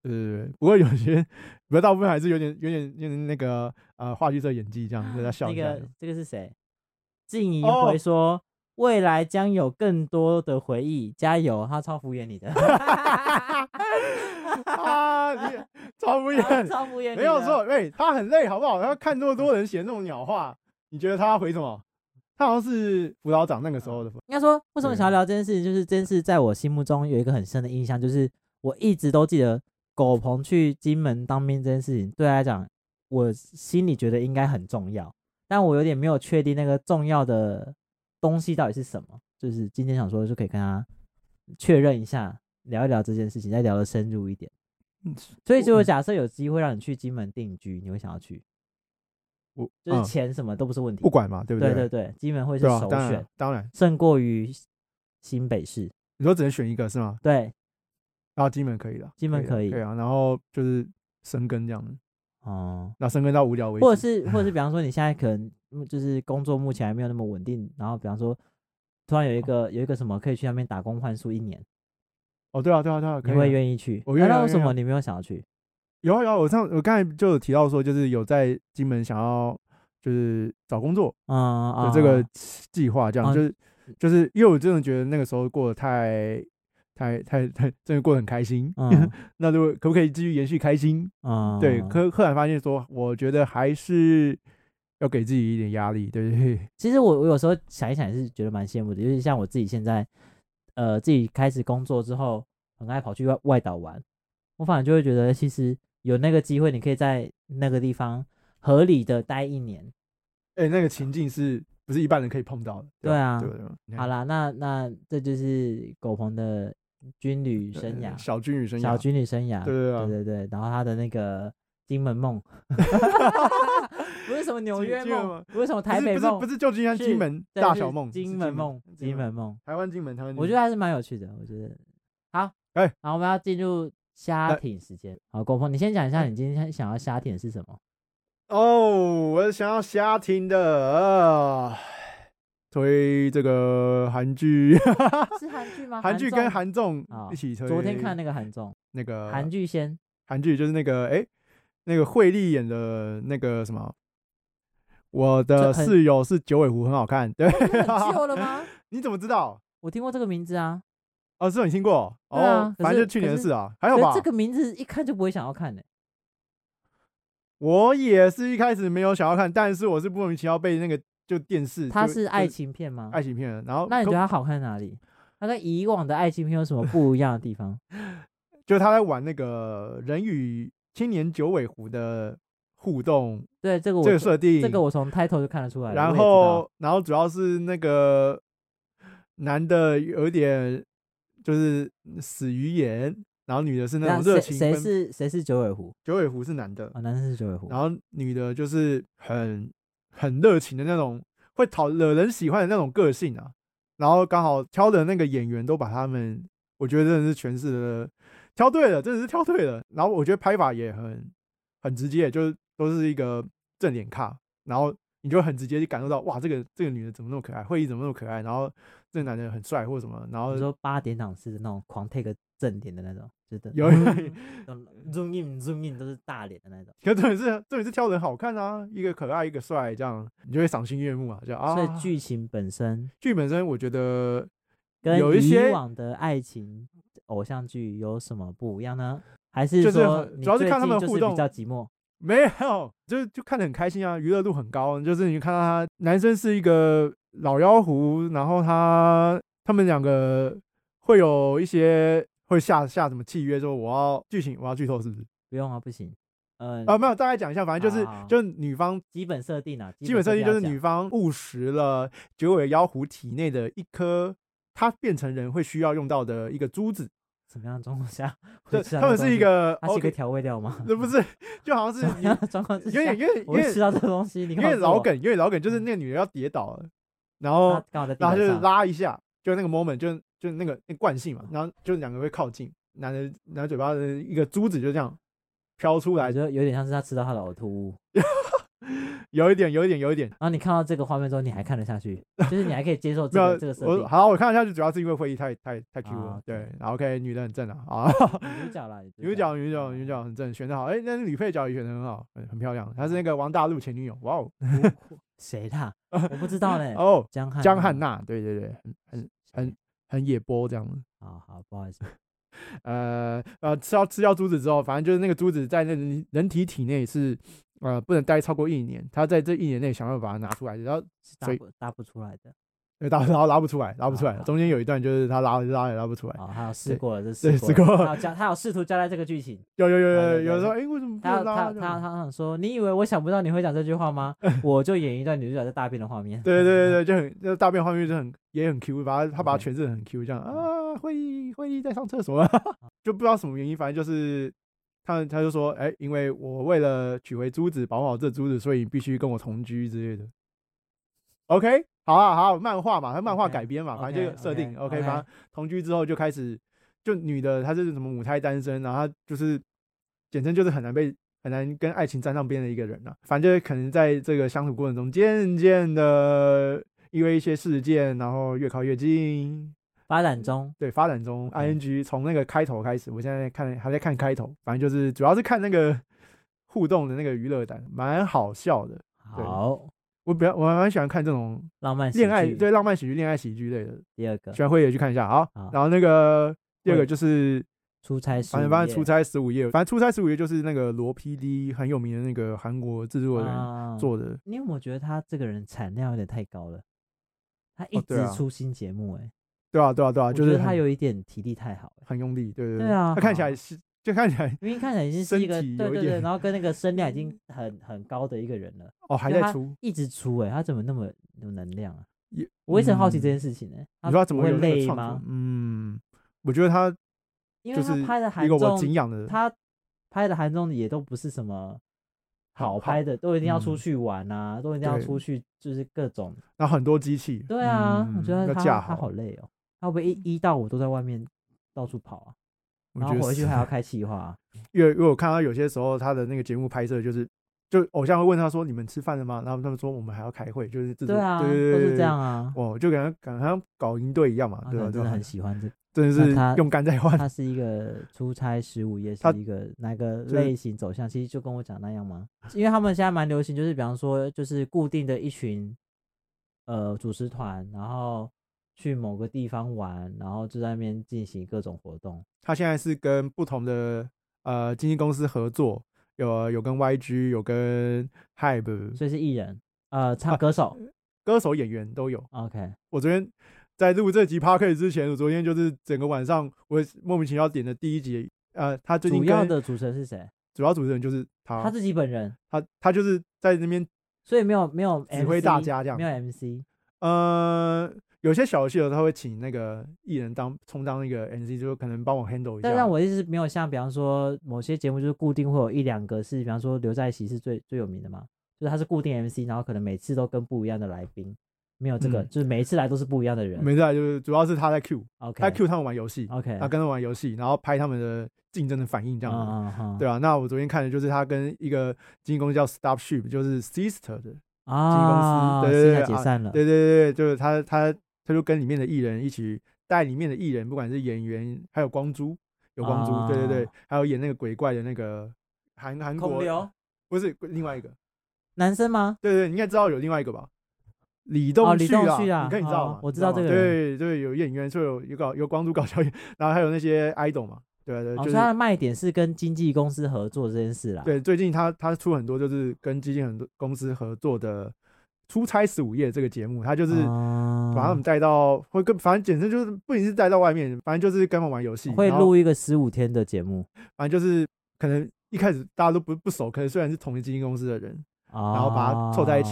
Speaker 2: 呃，不过有些不过大部分还是有点有点有点那个呃话剧社演技这样，大家笑
Speaker 1: 啊那
Speaker 2: 一下。
Speaker 1: 个这个是谁？静怡
Speaker 2: 哦
Speaker 1: 回说、未来将有更多的回忆，加油！”他超敷衍你的，
Speaker 2: 啊，你 超 敷
Speaker 1: 他
Speaker 2: 衍，
Speaker 1: 超敷衍你的，啊
Speaker 2: 没有错。哎、他很累好不好？他看那么多人写那种鸟话，你觉得他回什么？他好像是辅导长那个时候的辅，
Speaker 1: 应该说，为什么
Speaker 2: 对
Speaker 1: 想要聊这件事情，就是这件事在我心目中有一个很深的印象，就是我一直都记得狗鹏去金门当兵这件事情，对他来讲，我心里觉得应该很重要，但我有点没有确定那个重要的东西到底是什么。就是今天想说，就可以跟他确认一下，聊一聊这件事情，再聊得深入一点。
Speaker 2: 嗯
Speaker 1: 所以，
Speaker 2: 我
Speaker 1: 如果
Speaker 2: 嗯
Speaker 1: 假设有机会让你去金门定居，你会想要去？
Speaker 2: 我
Speaker 1: 就是
Speaker 2: 嗯
Speaker 1: 钱什么都不是问题，
Speaker 2: 不管嘛，对不
Speaker 1: 对对对，金门会是
Speaker 2: 对啊，
Speaker 1: 首
Speaker 2: 当
Speaker 1: 选
Speaker 2: 然，当然，
Speaker 1: 胜过于新北市。
Speaker 2: 你说只能选一个是吗？
Speaker 1: 对，
Speaker 2: 然后金门可以了，
Speaker 1: 金门可
Speaker 2: 可
Speaker 1: 以
Speaker 2: 对啊。然后就是深耕这样子，
Speaker 1: 哦、
Speaker 2: 那深耕到无聊为止，
Speaker 1: 或者是或者是，比方说你现在可能嗯就是工作目前还没有那么稳定，然后比方说突然有一个有一个什么可以去那边打工换宿一年，
Speaker 2: 哦，对啊，对啊，对啊，可
Speaker 1: 你会
Speaker 2: 以啊。
Speaker 1: 愿意去？
Speaker 2: 我愿意
Speaker 1: 那
Speaker 2: 啊
Speaker 1: 为
Speaker 2: 愿
Speaker 1: 什
Speaker 2: 意啊
Speaker 1: 么你没有想要去？
Speaker 2: 有啊有啊，我上我刚才就有提到说，就是有在金门想要就是找工作
Speaker 1: 嗯啊
Speaker 2: 的，这个计划，这样
Speaker 1: 啊
Speaker 2: 就是就是因为我真的觉得那个时候过得太太太太真的过得很开心。
Speaker 1: 嗯
Speaker 2: 那如果可不可以继续延续开心？
Speaker 1: 嗯，
Speaker 2: 对，可赫然发现说，我觉得还是要给自己一点压力，对 对对。
Speaker 1: 其实我我有时候想一想也是觉得蛮羡慕的，尤其像我自己现在，呃，自己开始工作之后，很爱跑去外外岛玩，我反而就会觉得其实有那个机会，你可以在那个地方合理的待一年。
Speaker 2: 哎、那个情境是不是一般人可以碰到的？
Speaker 1: 对啊
Speaker 2: 对吧对吧你看
Speaker 1: 好啦，那那这就是狗鹏的军旅
Speaker 2: 对
Speaker 1: 生涯，
Speaker 2: 呃小军旅生涯，
Speaker 1: 小军旅生涯，
Speaker 2: 对对对啊
Speaker 1: 对对，然后他的那个金门 梦，不是什么纽
Speaker 2: 金
Speaker 1: 约
Speaker 2: 金门
Speaker 1: 梦
Speaker 2: 梦，
Speaker 1: 不是什么
Speaker 2: 不
Speaker 1: 台
Speaker 2: 是
Speaker 1: 北
Speaker 2: 不是不
Speaker 1: 梦，
Speaker 2: 是旧金山
Speaker 1: 是
Speaker 2: 金门
Speaker 1: 对
Speaker 2: 大
Speaker 1: 是
Speaker 2: 小梦，是
Speaker 1: 金门梦，金
Speaker 2: 金
Speaker 1: 门
Speaker 2: 门，
Speaker 1: 梦。
Speaker 2: 台湾金门，台湾金门。
Speaker 1: 我觉得还是蛮有趣的，我觉得。好，
Speaker 2: 嗯哎
Speaker 1: 好，我们要进入虾
Speaker 2: 来
Speaker 1: 艇时间。好，郭峰，你先讲
Speaker 2: 哎
Speaker 1: 一下你今天想要虾艇是什 么？
Speaker 2: 哦，我想要瞎听的啊，推这个韩剧，
Speaker 1: 是啊韩剧吗？
Speaker 2: 韩剧呃跟
Speaker 1: 综
Speaker 2: 韩综
Speaker 1: 啊
Speaker 2: 一起推。
Speaker 1: 昨天看那个韩综，
Speaker 2: 那个
Speaker 1: 韩剧先
Speaker 2: 韩剧就是那个哎、那个惠利演的那个什么。我
Speaker 1: 这
Speaker 2: 的
Speaker 1: 很
Speaker 2: 室友是九尾狐，很好看。对，
Speaker 1: 不是很旧了吗？
Speaker 2: 你怎么知道？
Speaker 1: 我听过这个名字啊，
Speaker 2: 哦，是哦你听过？
Speaker 1: 对啊
Speaker 2: 哦，
Speaker 1: 可
Speaker 2: 反正
Speaker 1: 是
Speaker 2: 就去年
Speaker 1: 可
Speaker 2: 的
Speaker 1: 是
Speaker 2: 事啊，还
Speaker 1: 可
Speaker 2: 好吧
Speaker 1: 是这？个名字一看就不会想要看的、
Speaker 2: 我也是一开始没有想要看，但是我是莫名其妙被那个就电视，
Speaker 1: 它
Speaker 2: 就是
Speaker 1: 爱
Speaker 2: 就
Speaker 1: 情片吗？
Speaker 2: 爱情片了，然后
Speaker 1: 那你觉
Speaker 2: 可
Speaker 1: 得它好看哪里？它跟以往的爱情片有什么不一样的地方？
Speaker 2: 就他在玩那个人与青年九尾狐的互动
Speaker 1: 对哦这个我
Speaker 2: 这个
Speaker 1: 就
Speaker 2: 设定，
Speaker 1: 这个我从 title 就看得出来了，我
Speaker 2: 然
Speaker 1: 也知道
Speaker 2: 后然后主要是那个男的有点就是死鱼眼，然后女的是那
Speaker 1: 那
Speaker 2: 种热
Speaker 1: 谁
Speaker 2: 情
Speaker 1: 谁
Speaker 2: 奔
Speaker 1: 是谁是九尾狐
Speaker 2: 九尾狐是男的，
Speaker 1: 啊？男生是九尾狐
Speaker 2: 然，后女的就是很很热情的那种，会讨惹人喜欢的那种个性啊。然后刚好挑的那个演员都把他们，我觉得真的是诠释的挑对了，真的是挑对了。然后我觉得拍法也很很直接，就是都是一个正脸卡，然后你就很直接就感受到，哇，这个这个女的怎么那么可爱，会议怎么那么可爱，然后这个男的很帅或什么，然后
Speaker 1: 你说八点档式的那种狂 take 正点的那种，就是
Speaker 2: 有
Speaker 1: zoom in zoom in 都是大脸的那种，
Speaker 2: 可重点是重点是挑人好看啊，一个可爱一个帅，这样你就会赏心悦目啊，就啊。
Speaker 1: 所以剧情本身
Speaker 2: 剧本身我觉得
Speaker 1: 跟
Speaker 2: 有一些
Speaker 1: 以往的爱情偶像剧有什么不一样呢？还是
Speaker 2: 就是
Speaker 1: 说
Speaker 2: 很
Speaker 1: 你
Speaker 2: 主要是
Speaker 1: 最
Speaker 2: 看他
Speaker 1: 近
Speaker 2: 们
Speaker 1: 就是
Speaker 2: 互动
Speaker 1: 比较寂寞？
Speaker 2: 没有，就是就看得很开心啊，娱乐度很高。就是你看到他男生是一个老妖狐，然后他他们两个会有一些会下下什么契约，说我要剧情我要剧透是不是？
Speaker 1: 不用啊，不行，呃
Speaker 2: 啊，没有，大概讲一下，反正就是
Speaker 1: 啊
Speaker 2: 就是女方
Speaker 1: 基本设定啊，
Speaker 2: 基本设定
Speaker 1: 要
Speaker 2: 就是
Speaker 1: 讲
Speaker 2: 女方误食了九尾妖狐体内的一颗。它变成人会需要用到的一个珠子，
Speaker 1: 什么样的状况下 会
Speaker 2: 对，
Speaker 1: 吃到
Speaker 2: 他
Speaker 1: 这
Speaker 2: 们
Speaker 1: 东
Speaker 2: 是一
Speaker 1: 西，
Speaker 2: 个
Speaker 1: 它是一个
Speaker 2: OK，
Speaker 1: 调味料吗？
Speaker 2: 那不是，就好像
Speaker 1: 什
Speaker 2: 是
Speaker 1: 么样的状况之
Speaker 2: 有
Speaker 1: 下
Speaker 2: 点有点有
Speaker 1: 我会
Speaker 2: 点
Speaker 1: 吃到这个东西？你
Speaker 2: 因
Speaker 1: 告
Speaker 2: 为
Speaker 1: 诉
Speaker 2: 老
Speaker 1: 我，
Speaker 2: 梗，因为老梗就是
Speaker 1: 嗯
Speaker 2: 那个女的要跌倒了，然后
Speaker 1: 它刚好在地
Speaker 2: 然
Speaker 1: 板
Speaker 2: 后就是
Speaker 1: 上，
Speaker 2: 拉一下，就那个 moment 就就那个那惯性嘛，然后就两个会靠近，男的男的嘴巴的一个珠子就这样飘出
Speaker 1: 我
Speaker 2: 来，
Speaker 1: 觉得有点像是他吃到他的呕吐物。
Speaker 2: 有一点有一点有一点，
Speaker 1: 然后你看到这个画面之后，你还看得下去，就是你还可以 接受这
Speaker 2: 没有
Speaker 1: 个这个设
Speaker 2: 我
Speaker 1: 定。
Speaker 2: 好我看了下去，主要是因为会议太太太 Q 了
Speaker 1: 啊，
Speaker 2: 对
Speaker 1: 对，
Speaker 2: 然后 OK 女的很正啊啊，
Speaker 1: 女主角啦，
Speaker 2: 女主角女主角
Speaker 1: 嗯
Speaker 2: 女主角很正，选的好，哎，那女配角也选的很好，很很漂亮，她是
Speaker 1: 嗯
Speaker 2: 那个王大陆前女友，哇哦
Speaker 1: 角谁 啦？我不知道嘞。
Speaker 2: 哦，
Speaker 1: 江汉
Speaker 2: 江汉娜，对对对，很很很很野波这样子。
Speaker 1: 好哦好，不好 意思，
Speaker 2: 呃呃，吃到吃掉珠子之后，反正就是那个珠子在那人人体体内是呃不能待超过一年，他在这一年内想办法把它拿出来，然后
Speaker 1: 是搭
Speaker 2: 所以
Speaker 1: 不搭不出来的。
Speaker 2: 呃拉然后拉不出来，拉不出来
Speaker 1: 啊，哦
Speaker 2: 中间有一段就是他拉拉也拉不出来，
Speaker 1: 好，他有试
Speaker 2: 对
Speaker 1: 过了，这
Speaker 2: 对
Speaker 1: 试
Speaker 2: 试过
Speaker 1: 了他有交，他有试图交代这个剧 情。
Speaker 2: 有有有
Speaker 1: 啊
Speaker 2: 有
Speaker 1: 对
Speaker 2: 有
Speaker 1: 对
Speaker 2: 时候哎为什么不
Speaker 1: 他
Speaker 2: 能拉
Speaker 1: 他
Speaker 2: 这
Speaker 1: 他
Speaker 2: 样？
Speaker 1: 他想说，你以为我想不到你会讲这句话吗？我就演一段女主角在大便的画面。
Speaker 2: 对对对对，就很就大便画面就很也很 Q，把他他把它
Speaker 1: OK
Speaker 2: 诠释得很 Q，这样啊会议会议在上厕所，啊 就不知道什么原因，反正就是。他他就说，哎、因为我为了取回珠子，保护好这珠子，所以必须跟我同居之类的。OK，好啊，好啊漫画嘛，他漫画
Speaker 1: OK，
Speaker 2: 改编嘛反正就有设定。
Speaker 1: OK，OK，OK
Speaker 2: 反正同居之后就开始，就女的她是什么母胎单身，然后她就是简称就是很难被很难跟爱情沾上边的一个人了、啊反正就是可能在这个相处过程中，渐渐的因为一些事件，然后越靠越近，
Speaker 1: 发展中，
Speaker 2: 对，发展中
Speaker 1: OK
Speaker 2: ing 从那个开头开始，我现在看还在看开头，反正就是主要是看那个互动的那个娱乐感，蛮好笑的。对
Speaker 1: 好，
Speaker 2: 我比较我还蛮喜欢看这种
Speaker 1: 浪漫喜
Speaker 2: 恋爱
Speaker 1: 剧
Speaker 2: 对浪漫喜剧、恋爱喜剧类的，
Speaker 1: 第二个
Speaker 2: 喜欢会也去看一下。好
Speaker 1: 好，
Speaker 2: 然后那个第二个
Speaker 1: 啊会
Speaker 2: 就是
Speaker 1: 出差十五
Speaker 2: 反
Speaker 1: 夜，
Speaker 2: 正反正出差十五夜，反正出差十五夜就是那个罗 PD 很有名的那个韩国制作人
Speaker 1: 啊
Speaker 2: 做的，
Speaker 1: 你有没有觉得他这个人产量有点太高了？他一
Speaker 2: 哦对
Speaker 1: 直
Speaker 2: 啊
Speaker 1: 出新节目、欸，哎、
Speaker 2: 对啊对啊对啊，
Speaker 1: 我
Speaker 2: 就
Speaker 1: 觉得
Speaker 2: 是
Speaker 1: 他
Speaker 2: 很
Speaker 1: 有一点体力太好、欸，
Speaker 2: 很用力，对对
Speaker 1: 对啊
Speaker 2: 他看起来
Speaker 1: 好
Speaker 2: 是就看起来
Speaker 1: 因为看起来已经
Speaker 2: 身
Speaker 1: 是一个
Speaker 2: 体
Speaker 1: 对
Speaker 2: 有一
Speaker 1: 对
Speaker 2: 点
Speaker 1: 对，然后跟那个声量已 经很很高的一个人了，
Speaker 2: 哦还
Speaker 1: 因为
Speaker 2: 在
Speaker 1: 他
Speaker 2: 出，
Speaker 1: 一直出、欸，哎，他怎么那么有能量啊？
Speaker 2: 也
Speaker 1: 我一直很好奇
Speaker 2: 嗯
Speaker 1: 这件事情呢、欸，
Speaker 2: 你说他怎
Speaker 1: 不
Speaker 2: 么
Speaker 1: 会
Speaker 2: 有那个
Speaker 1: 累
Speaker 2: 创
Speaker 1: 吗
Speaker 2: 作？？嗯，我觉得他
Speaker 1: 因为
Speaker 2: 就
Speaker 1: 他
Speaker 2: 是
Speaker 1: 拍的韩
Speaker 2: 一个我敬
Speaker 1: 综，
Speaker 2: 仰的
Speaker 1: 他拍的韩综也都不是什么
Speaker 2: 好
Speaker 1: 好
Speaker 2: 好
Speaker 1: 拍的，都一定要出
Speaker 2: 嗯
Speaker 1: 去玩啊，都一定要
Speaker 2: 对
Speaker 1: 出去，就是各种
Speaker 2: 然后很多机器，
Speaker 1: 对啊，我
Speaker 2: 嗯
Speaker 1: 觉得
Speaker 2: 要
Speaker 1: 他他
Speaker 2: 架好嗯
Speaker 1: 好，累哦，他会不会一一到五都在外面到处跑啊？
Speaker 2: 我
Speaker 1: 然
Speaker 2: 觉
Speaker 1: 后
Speaker 2: 得
Speaker 1: 回去
Speaker 2: 是
Speaker 1: 还要开企划啊、
Speaker 2: 因为因为我看到有些时候他的那个节目拍摄就是，就偶像会问他说你们吃饭了吗？然后他们说我们还要开会，就是这种
Speaker 1: 对啊，
Speaker 2: 对
Speaker 1: 都是这样。啊。
Speaker 2: 哦，就感觉感觉好像搞营队一样嘛
Speaker 1: 他，可
Speaker 2: 对吧、
Speaker 1: 能
Speaker 2: 对
Speaker 1: 啊真的
Speaker 2: 啊吧
Speaker 1: 很？喜欢 这，
Speaker 2: 真的
Speaker 1: 那
Speaker 2: 是
Speaker 1: 他
Speaker 2: 用肝在换，
Speaker 1: 他是一个出差十五夜，
Speaker 2: 他
Speaker 1: 是一个哪个
Speaker 2: 是
Speaker 1: 类型走向？其实就跟我讲那样吗？因为他们现在蛮流行，就是比方说，就是固定的一群呃主持团，然后去某个地方玩，然后就在那边进行各种活动。
Speaker 2: 他现在是跟不同的呃经纪公司合作，有有跟 YG，有跟 Hybe，
Speaker 1: 所以是艺人，呃，唱
Speaker 2: 啊
Speaker 1: 歌手。
Speaker 2: 歌手演员都有。
Speaker 1: OK，
Speaker 2: 我昨天在录这集 p a r k 之前，我昨天就是整个晚上我莫名其妙点的第一集，呃，他最近啊
Speaker 1: 主要
Speaker 2: 跟
Speaker 1: 的主持人是谁？
Speaker 2: 主要主持人就是他，
Speaker 1: 他自己本人，
Speaker 2: 他他就是在那边
Speaker 1: 所以没有没有
Speaker 2: 指挥
Speaker 1: MC
Speaker 2: 大家这样
Speaker 1: 没有 MC
Speaker 2: 呃，有些小游戏的时候他会请那个艺人当充当那个 MC，就是可能帮我 handle 一下。
Speaker 1: 但但我意思是没有像，比方说某些节目就是固定会有一两个是，比方说刘在熙是最最有名的嘛，就是他是固定 MC，然后可能每次都跟不一样的来宾，没有这个，
Speaker 2: 嗯
Speaker 1: 就是每一次来都是不一样的人。
Speaker 2: 没事啊，就是主要是他在 Q，
Speaker 1: OK 哦
Speaker 2: 他 Q 他们玩游戏，
Speaker 1: OK，
Speaker 2: 他跟他们玩游戏，然后拍他们的竞争的反应这样子。
Speaker 1: 嗯嗯
Speaker 2: 对
Speaker 1: 嗯
Speaker 2: 啊，那我昨天看的就是他跟一个经纪公司叫 Stop Ship，就是 Sister
Speaker 1: 嗯
Speaker 2: 的，
Speaker 1: 啊，
Speaker 2: 经纪公司对对
Speaker 1: 现在
Speaker 2: 对
Speaker 1: 解
Speaker 2: 啊
Speaker 1: 散了，
Speaker 2: 对对对，对就是他他他就跟里面的艺人一起带里面的艺人，不管是演员，还有光珠，有光珠，对对对
Speaker 1: 啊，
Speaker 2: 还有演那个鬼怪的那个韩韩国，不是另外一个，
Speaker 1: 男生吗？
Speaker 2: 对对，你应该知道有另外一个吧？李
Speaker 1: 哦
Speaker 2: 栋
Speaker 1: 李
Speaker 2: 旭
Speaker 1: 栋
Speaker 2: 啊，
Speaker 1: 旭啊
Speaker 2: 你看你知
Speaker 1: 哦
Speaker 2: 道吗？
Speaker 1: 我
Speaker 2: 你
Speaker 1: 知
Speaker 2: 知
Speaker 1: 道
Speaker 2: 吗
Speaker 1: 这个
Speaker 2: 对对，有演员，就有有搞有光珠搞笑 演，然后还有那些 idol 嘛，对对，
Speaker 1: 哦，
Speaker 2: 就
Speaker 1: 所以
Speaker 2: 是
Speaker 1: 他的卖点是跟经纪公司合作这件事啦。，
Speaker 2: 对，最近他他出很多就是跟基金很多公司合作的《出差十五夜》这个节目，他就是
Speaker 1: 哦
Speaker 2: 把他们带到，会跟反正简直就是不仅是带到外面，反正就是跟他们玩游戏，
Speaker 1: 会
Speaker 2: 然后
Speaker 1: 录一个十五天的节目，
Speaker 2: 反正就是可能一开始大家都不不熟，可能虽然是同一基金公司的人，
Speaker 1: 然
Speaker 2: 后把它凑在一起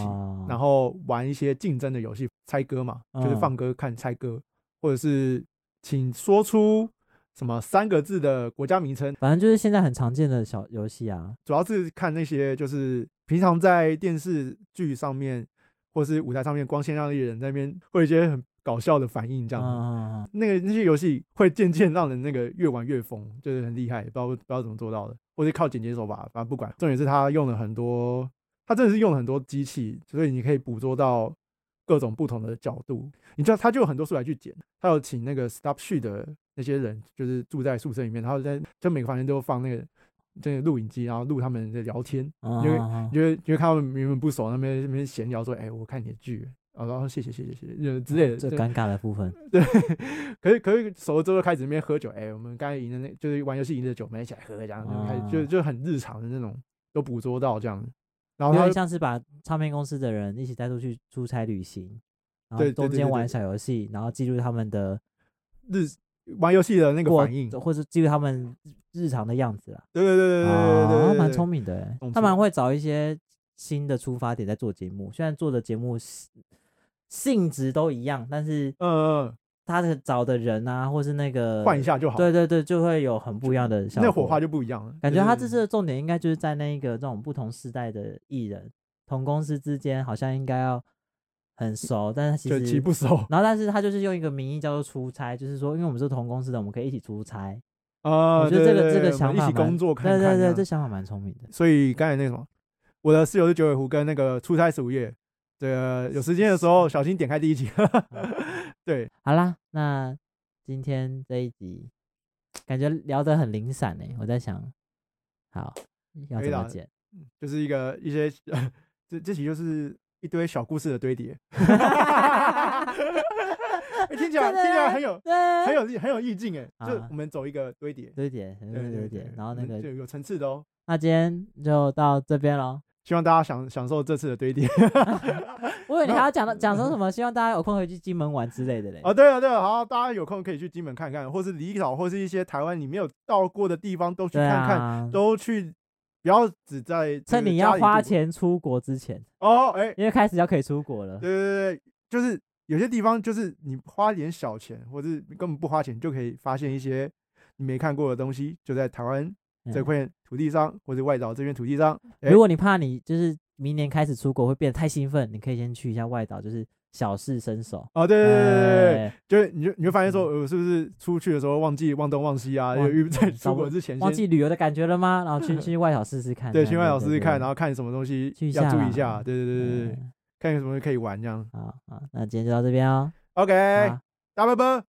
Speaker 2: 然
Speaker 1: 后
Speaker 2: 后玩一些竞争的游戏，猜歌嘛，就是
Speaker 1: 嗯
Speaker 2: 放歌看猜歌，或者是请说出什么三个字的国家名称，
Speaker 1: 反正就是现在很常见的小游戏啊。
Speaker 2: 主要是看那些就是平常在电视剧上面或是舞台上面光鲜亮丽的人在那边会有一些很搞笑的反应这
Speaker 1: 嗯
Speaker 2: 样子。
Speaker 1: 嗯，嗯
Speaker 2: 那个那些游戏会渐渐让人那个越玩越疯，就是很厉害，不知道不知道怎么做到的，或是靠剪接手法，反正不管。重点是他用了很多，他真的是用了很多机器，所以你可以捕捉到各种不同的角度。你知道，他就有很多素材去剪，他有请那个 Stop She 的那些人，就是住在宿舍里面，然后在就每个房间都放那个这个录影机，然后录他们的聊天，
Speaker 1: 嗯
Speaker 2: 因为
Speaker 1: 嗯嗯
Speaker 2: 你就会你就会看他们明明不熟，那边那边闲聊说，哎、我看你的剧。哦，然后谢谢谢谢谢谢呃之类的，
Speaker 1: 最
Speaker 2: 就
Speaker 1: 嗯尴尬的部分，
Speaker 2: 可是可是熟了之后开始那边喝酒，哎、我们刚才赢的那就是玩游戏赢的酒，我们一起来喝，这样就开始、就
Speaker 1: 啊
Speaker 2: 就很日常的那种，都捕捉到这样。然
Speaker 1: 有
Speaker 2: 后他
Speaker 1: 点
Speaker 2: 就
Speaker 1: 像是把唱片公司的人一起带出去出差旅行，然后
Speaker 2: 对对
Speaker 1: 中
Speaker 2: 对
Speaker 1: 间
Speaker 2: 对
Speaker 1: 玩
Speaker 2: 对
Speaker 1: 小游戏，然后记录他们的
Speaker 2: 日玩游戏的那个
Speaker 1: 过
Speaker 2: 反应，，对
Speaker 1: 或者记录他们日常的样子啊。
Speaker 2: 对对对对对对
Speaker 1: 哦
Speaker 2: 对，
Speaker 1: 蛮聪明的欸
Speaker 2: 懂，
Speaker 1: 他
Speaker 2: 错
Speaker 1: 蛮会找一些新的出发点在做节目。虽然做的节目是性质都一样，但是
Speaker 2: 嗯嗯
Speaker 1: 他的找的人啊，或是那个
Speaker 2: 嗯，换一，下就好，
Speaker 1: 对对对，就会有很不一样的效
Speaker 2: 那
Speaker 1: 果。
Speaker 2: 火花就不一样了。
Speaker 1: 感
Speaker 2: 就
Speaker 1: 觉他
Speaker 2: 是
Speaker 1: 这次的重点应该就是在那一个这种不同世代的艺人，同公司之间好像应该要很熟，但是
Speaker 2: 嗯就
Speaker 1: 他其
Speaker 2: 齐
Speaker 1: 实。
Speaker 2: 不熟
Speaker 1: 然后，但是他就是用一个名义叫做出差，就是说，因为我们是同公司的，我们可以一起出差。
Speaker 2: 啊，
Speaker 1: 我觉得这
Speaker 2: 对
Speaker 1: 个
Speaker 2: 对
Speaker 1: 这个
Speaker 2: 对我
Speaker 1: 想
Speaker 2: 们
Speaker 1: 法
Speaker 2: 一起
Speaker 1: 蛮
Speaker 2: 工作看
Speaker 1: 对
Speaker 2: 看
Speaker 1: 对
Speaker 2: 这
Speaker 1: 对，
Speaker 2: 样
Speaker 1: 这想法蛮聪明的。
Speaker 2: 所以刚才那个什么，我的室友是九尾狐跟那个出差十五夜，这个有时间的时候小心点开第一集， 对，
Speaker 1: 嗯好啦，那今天这一集感觉聊得很零散呢、欸我在想，好要
Speaker 2: 嗯可以
Speaker 1: 怎么
Speaker 2: 啦
Speaker 1: 剪？
Speaker 2: 就是一个一些 这这集就是一堆小故事的堆 叠，欸听起来听起来 很有
Speaker 1: 对，
Speaker 2: 很有很有意境哎，就
Speaker 1: 啊
Speaker 2: 我们走一个堆叠，
Speaker 1: 有一点，有一点，有一点。然后那
Speaker 2: 嗯就
Speaker 1: 个，
Speaker 2: 有层次的哦。
Speaker 1: 那今天就到这边喽。
Speaker 2: 希望大家享享受这次的 堆叠
Speaker 1: 我以为你
Speaker 2: 那
Speaker 1: 还要讲到讲说什么，希望大家有空回去金门玩之类的嘞。
Speaker 2: 哦，对了对了，好，大家有空可以去金门看看，或是离岛，或是一些台湾你没有到过的地方都去
Speaker 1: 对
Speaker 2: 看看，
Speaker 1: 啊，
Speaker 2: 都去，不要只在这
Speaker 1: 趁
Speaker 2: 个
Speaker 1: 你
Speaker 2: 家
Speaker 1: 要
Speaker 2: 里
Speaker 1: 花
Speaker 2: 度过
Speaker 1: 钱出国之前，
Speaker 2: 哦，哎，
Speaker 1: 因为开始要可以出国了
Speaker 2: 对。对对对，就是有些地方就是你花点小钱，或是根本不花钱就可以发现一些你没看过的东西，就在台湾这
Speaker 1: 嗯
Speaker 2: 块土地上，或者外岛这片土地上。哎
Speaker 1: 如果你怕你就是明年开始出国会变得太兴奋，你可以先去一下外岛，就是小试身手。
Speaker 2: 哦，对对对对对，
Speaker 1: 哎嗯
Speaker 2: 就是你就你会发现说，呃我是不是出去的时候忘记忘东忘西啊？
Speaker 1: 忘
Speaker 2: 因为在
Speaker 1: 找
Speaker 2: 出
Speaker 1: 不
Speaker 2: 国之前
Speaker 1: 忘
Speaker 2: 先
Speaker 1: 记旅游的感觉了吗？然后 去去外岛试试看，
Speaker 2: 对
Speaker 1: 这
Speaker 2: 去
Speaker 1: 样
Speaker 2: 外岛试试看，然
Speaker 1: 对
Speaker 2: 后看什么东西
Speaker 1: 去一
Speaker 2: 要
Speaker 1: 下啊哎
Speaker 2: 注意
Speaker 1: 啦
Speaker 2: 一下。对对对对对，看有什么可以玩这样。
Speaker 1: 好好，那今天就到这边哦。
Speaker 2: OK，
Speaker 1: 好
Speaker 2: 大拜拜。